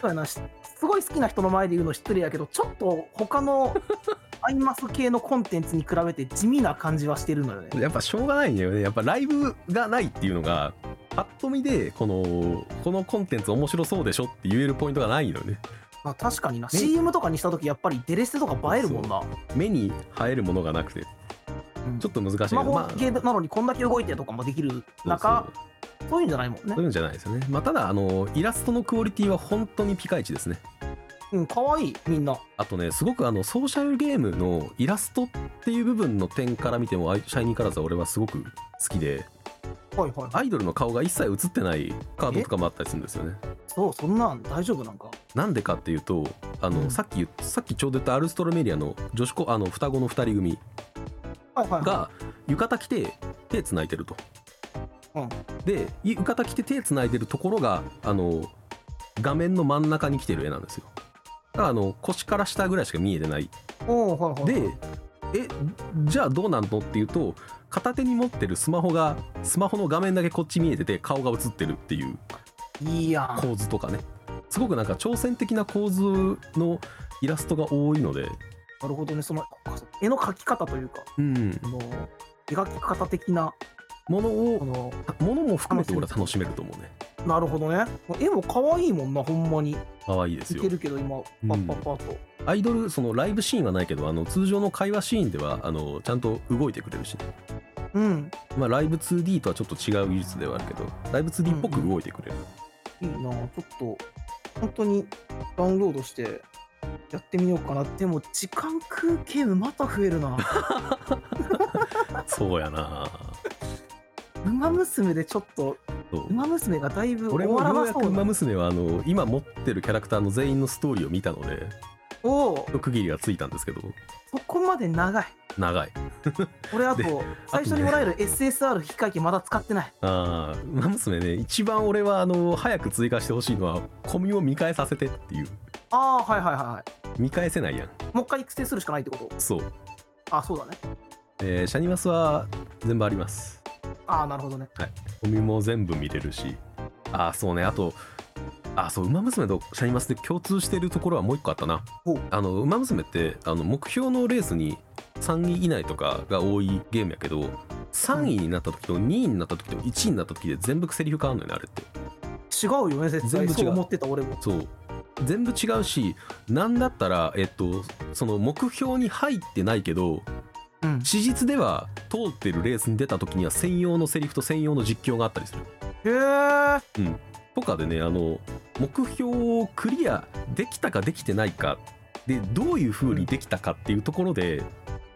S1: そうやなしすごい好きな人の前で言うの失礼やけどちょっと他 のアイマス系のコンテンツに比べて地味な感じはしてるのよね
S2: やっぱしょうがないんだよね。やっぱライブがないっていうのが、パッと見で、この、このコンテンツ面白そうでしょって言えるポイントがないのよね。
S1: まあ確かにな CM とかにした時やっぱりデレステとか映えるもんな
S2: 目に入るものがなくて、
S1: うん
S2: ちょっと難しいけ
S1: ス
S2: ど、
S1: マホ
S2: まあ、
S1: ゲームなのにこんだけ動いてとかもできる中そういうんじゃないもんね
S2: そういうんじゃないですよね。まあ、ただ、あの、イラストのクオリティは本当にピカイチですね。
S1: うん可愛いみんな
S2: あとねすごくあのソーシャルゲームのイラストっていう部分の点から見てもあいシャイニーカラーズは俺はすごく好きで
S1: はいはい
S2: アイドルの顔が一切映ってないカードとかもあったりするんですよね
S1: そうそんなん大丈夫なんか
S2: なんでかっていうとあの、
S1: うん
S2: さっき言っさっきちょうど言ったアルストロメリアの女子子あの双子の2人組
S1: はいはいはい
S2: が浴衣着て手つないでると
S1: ううん
S2: でい浴衣着て手つないでるところがあの画面の真ん中に来てる絵なんですよだからあの腰から下ぐらいしか見えてない
S1: おおはいはい
S2: でえじゃあどうなんのっていうと片手に持ってるスマホがスマホの画面だけこっち見えてて顔が映ってるっていう
S1: いいやん
S2: 構図とかねすごくなんか挑戦的な構図のイラストが多いので
S1: なるほどねその絵の描き方というか
S2: うん
S1: その描き方的な
S2: もの
S1: こ
S2: を
S1: の
S2: ものも含めて俺は楽しめると思うね
S1: なるほどね絵も可愛いもんなほんまに
S2: 可愛いで
S1: い
S2: すよ
S1: けるけど今パッパッパッと、
S2: アイドルそのライブシーンはないけどあの通常の会話シーンではあのちゃんと動いてくれるしね、
S1: うん
S2: まあ、ライブ 2D とはちょっと違う技術ではあるけどライブ 2D っぽく動いてくれる、
S1: いいなちょっと本当にダウンロードしてやってみようかなでも時間空ゲームまた増えるな
S2: そうやな
S1: ウマ娘でちょっと
S2: そう
S1: ウマ娘がだいぶ
S2: 俺
S1: 終
S2: も
S1: わら
S2: よう
S1: な
S2: や
S1: そ
S2: く
S1: う
S2: 馬
S1: な
S2: 娘はあの今持ってるキャラクターの全員のストーリーを見たので
S1: おお
S2: 区切りがついたんですけど
S1: そこまで長い
S2: 長い
S1: 俺あ
S2: で
S1: と最初にもらえる SSR 引き換え機まだ使ってない
S2: ああ馬娘ね一番俺はあの早く追加してほしいのはコミを見返させてっていう
S1: ああはいはいはいは
S2: 見返せないや
S1: い
S2: ん
S1: もう一回育成するしかないってこと
S2: そう、
S1: あそうだね
S2: えーシャニマスは全部あります
S1: ああなるほどね
S2: コミも全部見れるしああそうねあとあーそう馬娘とシャニマスで共通してるところはもう一個あったな
S1: ほう
S2: あの馬娘ってあの目標のレースに3位以内とかが多いゲームやけど3位になった時と2位になった時と1位になった時で全部セリフ変わるのよねあれって
S1: 違うよね絶対
S2: 全部違う
S1: そう思ってた俺も
S2: そう全部違うし何だったらえっとその目標に入ってないけど
S1: うん
S2: 史実では通ってるレースに出た時には専用のセリフと専用の実況があったりする
S1: へえ
S2: とかでねあの目標をクリアできたかできてないかでどういう風にできたかっていうところで、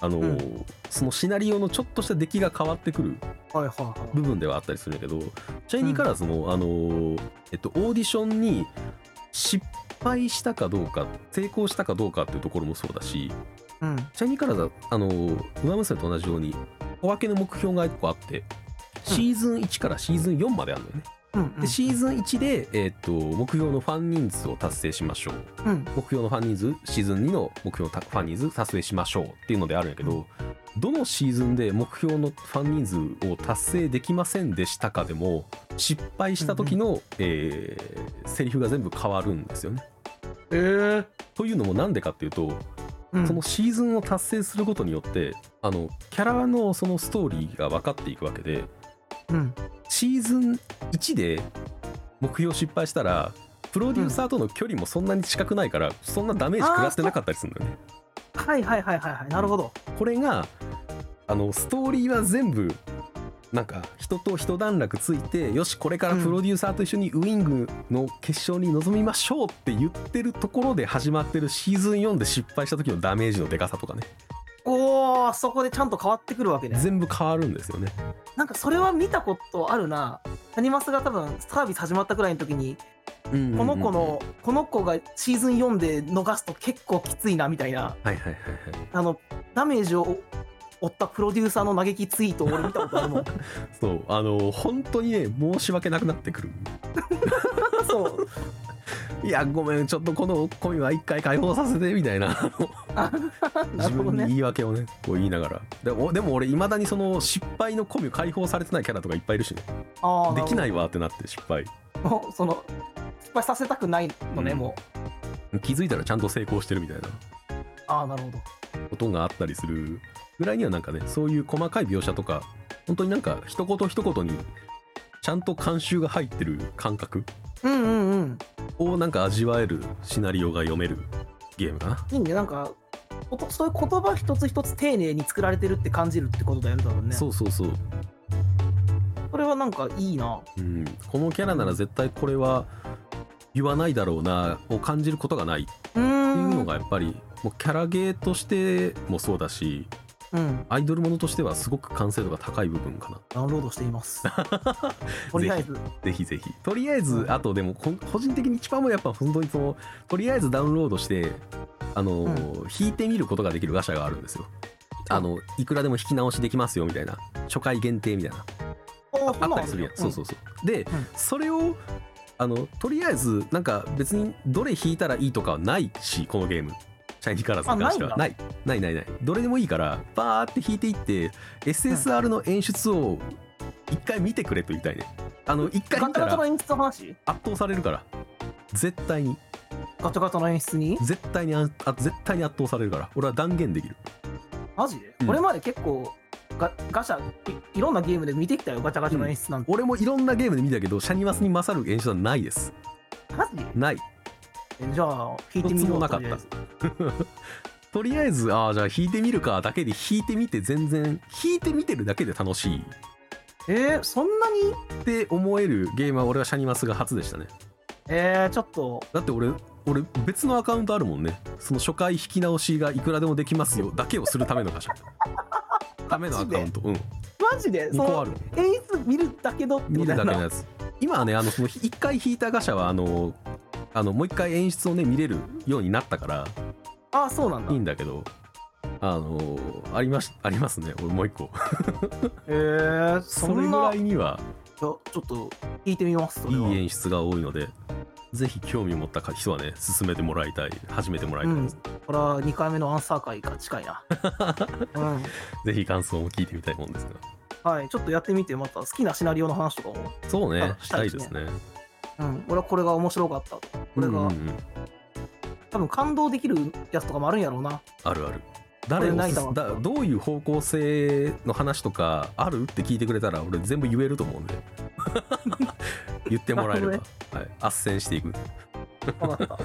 S2: あの
S1: うん
S2: そのシナリオのちょっとした出来が変わってくる
S1: はいはいはい
S2: 部分ではあったりするんだけどチャイニーカラーズも、あのえっと、オーディションに失敗したかどうか成功したかどうかっていうところもそうだし
S1: うん
S2: チャイニーカラーズはあの「ウマ娘」と同じように小分けの目標が1個あってシーズン1からシーズン4まであるのよね。
S1: うんうん
S2: でシーズン1で、えーっと目標のファン人数を達成しましょ
S1: う
S2: う
S1: ん
S2: 目標のファン人数シーズン2の目標のたファン人数達成しましょうっていうのであるんやけどどのシーズンで目標のファン人数を達成できませんでしたかでも失敗した時の、えーセリフが全部変わるんですよね。
S1: へえ
S2: というのもなんでかっていうと
S1: うん
S2: そのシーズンを達成することによってあのキャラのそのストーリーが分かっていくわけで
S1: うん
S2: シーズン1で目標失敗したらプロデューサーとの距離もそんなに近くないから、そんなダメージ食らってなかったりするんだよね。
S1: はいはいはいはいはいなるほど
S2: これがあのストーリーは全部なんか人と一段落ついてよしこれからプロデューサーと一緒にウイングの決勝に臨みましょうって言ってるところで始まってるシーズン4で失敗した時のダメージのでかさとかね
S1: おおそこでちゃんと変わってくるわけね
S2: 全部変わるんですよね。
S1: なんかそれは見たことあるなタニマスが多分サービス始まったくらいの時にこの子のこの子がシーズン4で逃すと結構きついなみたいな
S2: はいはいはいはい
S1: あのダメージを負ったプロデューサーの嘆きツイートを俺見たことある もん
S2: そうあの本当にね申し訳なくなってくる
S1: そう
S2: いやごめんちょっとこのコミは一回解放させてみたいな
S1: な
S2: 自
S1: るほど
S2: 分に
S1: ね
S2: 言い訳をねこう言いながらでおでも俺いまだにその失敗のコミを解放されてないキャラとかいっぱいいるしね
S1: あー
S2: でき
S1: な
S2: な
S1: る
S2: いわってなって失敗
S1: ほども うその失敗させたくないのね、
S2: うん
S1: も
S2: 気づいたらちゃんと成功してるみたいな
S1: うああなるほど
S2: ことがあったりするぐらいにはなんかねそういう細かい描写とか本当になんか一言一言にちゃんと監修が入ってる感覚
S1: うんうんうん
S2: をなんか味わえるシナリオが読めるゲームかない
S1: いねなんかことそういう言葉一つ一つ丁寧に作られてるって感じるってことだよね多分ね
S2: そうそうそう、
S1: これはなんかいいな
S2: うん、このキャラなら絶対これは言わないだろうなを感じることがないって
S1: うー
S2: いうんのがやっぱりもうキャラゲーとしてもそうだし
S1: うん
S2: アイドルものとしてはすごく完成度が高い部分かな
S1: ダウンロードしています とりあえず
S2: ぜひぜひとりあえ
S1: う
S2: ず
S1: ん
S2: あとでもこん個人的に一番もやっぱ本当にそのとりあえずダウンロードしてあのー、引いてみることができるガシャがあるんですよあのいくらでも引き直しできますよみたいな初回限定みたいな
S1: おお
S2: あったりするやん、そうそううそうで、
S1: ん
S2: それをあのとりあえずなんか別にどれ引いたらいいとかはないしこのゲームシャイニーカラーズに関しては
S1: あ
S2: な
S1: ない
S2: ないないないどれでもいいからバーって引いていって SSR の演出を一回見てくれと言いたいねあの一
S1: ガ
S2: 回見
S1: チャ
S2: た
S1: ガチャの
S2: ら
S1: 演出の話
S2: 圧倒されるから絶対に
S1: ガチャガチャの演出に
S2: 絶対にああ絶対に圧倒されるから俺は断言できる
S1: マジで、
S2: うん
S1: これまで結構ガガシャいいろんなゲームで見てきたよガチャガチャの演出なんて、
S2: 俺もいろんなゲームで見たけどシャニマスに勝る演出はないです
S1: マジで
S2: ない
S1: えじゃあ弾いてみ
S2: 一
S1: よ
S2: つも
S1: う
S2: なかっ
S1: とりあえ
S2: た
S1: ず
S2: とりあえずああじゃあ弾いてみるかだけで弾いてみて全然弾いてみてるだけで楽しいっ
S1: えー、そんなに
S2: て思えるゲームは俺はシャニマスが初でしたね
S1: えー、ちょっと
S2: だって俺俺別のアカウントあるもんねその初回引き直しがいくらでもできますよだけをするための ガシャためのアカウントうん
S1: マジで
S2: 2
S1: そ
S2: 個
S1: の
S2: ある
S1: 演出見るだけどってこ
S2: 見
S1: と
S2: る
S1: や
S2: だけ
S1: な
S2: のやつ今はねあのその1回引いたガシャはあのあのもう1回演出をね見れるようになったから
S1: ああそうなんだ
S2: いいんだけどあのありましありますね俺もう1個
S1: えー、
S2: そ
S1: そ
S2: れ
S1: ん
S2: ぐら
S1: ないいや
S2: には
S1: ちょっと弾いてみますそ
S2: い
S1: れ
S2: い
S1: は
S2: 演出が多いのでぜひ興味持った人はね進めてもらいたい始めてもらいたいです、
S1: これは2回目のアンサー会が近い な、うん、
S2: ぜひ感想も聞いてみたいもんですが
S1: はいちょっとやってみてまた好きなシナリオの話とかも、
S2: そうね
S1: あ
S2: したいですね
S1: うん、俺はこれが面白かったとこれが、
S2: うんうんうん
S1: 多分感動できるやつとかもあるんやろうな
S2: あるある誰
S1: これ
S2: を
S1: ないだ
S2: す
S1: ろう
S2: だどういう方向性の話とかあるって聞いてくれたら俺全部言えると思う んで言ってもらえれば、
S1: な
S2: は
S1: る
S2: い、斡旋していく
S1: わかった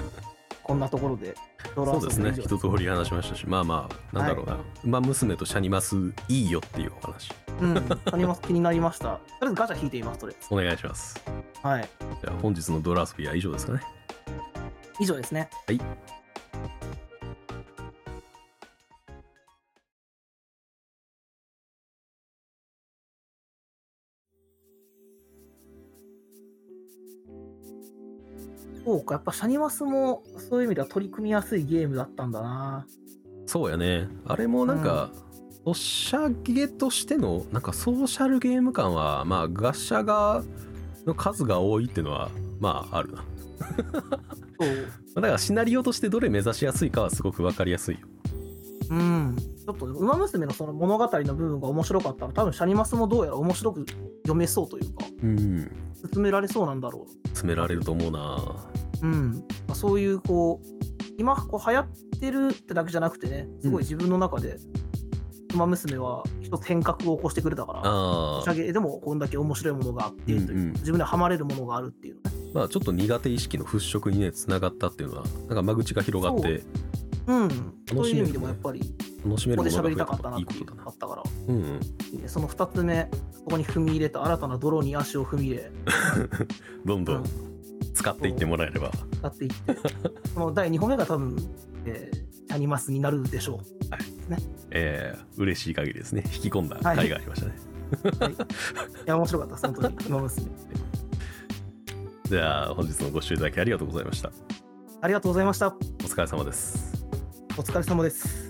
S1: こんなところでド
S2: そうですね
S1: 遊び以上
S2: 一通り話しましたしまあまあなんだろうな、馬娘とシャニマスいいよっていうお話
S1: うん谷本気になりましたとりあえずガチャ引いてみますとりあえ
S2: お願いします
S1: ずはい
S2: じゃあ本日のドラ遊びは以上ですかね
S1: 以上ですね
S2: はい
S1: そうかやっぱシャニマスもそういう意味では取り組みやすいゲームだったんだな
S2: そうやねあれもなんか、おしゃげとしてのなんかソーシャルゲーム感はまあガシャがの数が多いっていうのはまああるな
S1: そう
S2: だからシナリオとしてどれ目指しやすいかはすごく分かりやすいよ
S1: うんちょっと馬娘のその物語の部分が面白かったら多分シャニマスもどうやら面白く読めそうというか
S2: うん
S1: 進められそうなんだろ
S2: 詰められると思うな
S1: う、うんまあ、そういうこう今こう流行ってるってだけじゃなくてねすごい自分の中で馬娘は一つ変革を起こしてくれたから、
S2: あ
S1: おしゃ
S2: ー
S1: げでもこんだけ面白いものがあってという、
S2: うんうん
S1: 自分ではまれるものがあるっていうのね
S2: まあちょっと苦手意識の払拭にねつながったっていうのはなんか間口が広がって
S1: うんそう
S2: し
S1: い
S2: み
S1: う意
S2: だね
S1: 味でもやっぱり
S2: 楽しめ
S1: ここで
S2: るものが増
S1: 喋
S2: え
S1: り
S2: た
S1: たかった
S2: と
S1: ないっ
S2: いこ
S1: てい
S2: と
S1: う
S2: だ
S1: の
S2: な
S1: があったから
S2: うんうん
S1: いいねその2つ目そこに踏み入れた新たな泥に足を踏み入れ
S2: どんどん
S1: うん
S2: 使っていってもらえれば、
S1: やっていって その第2歩目が多分「えー、谷マス」になるでしょ
S2: えー、嬉しい限りですね引き込んだ
S1: はい
S2: 甲斐がありましたね、
S1: ういや面白かったです本当に 馬娘
S2: じゃあ本日のご視聴いただきありがとうございました
S1: ありがとうございました
S2: お疲れ様です
S1: お疲れ様です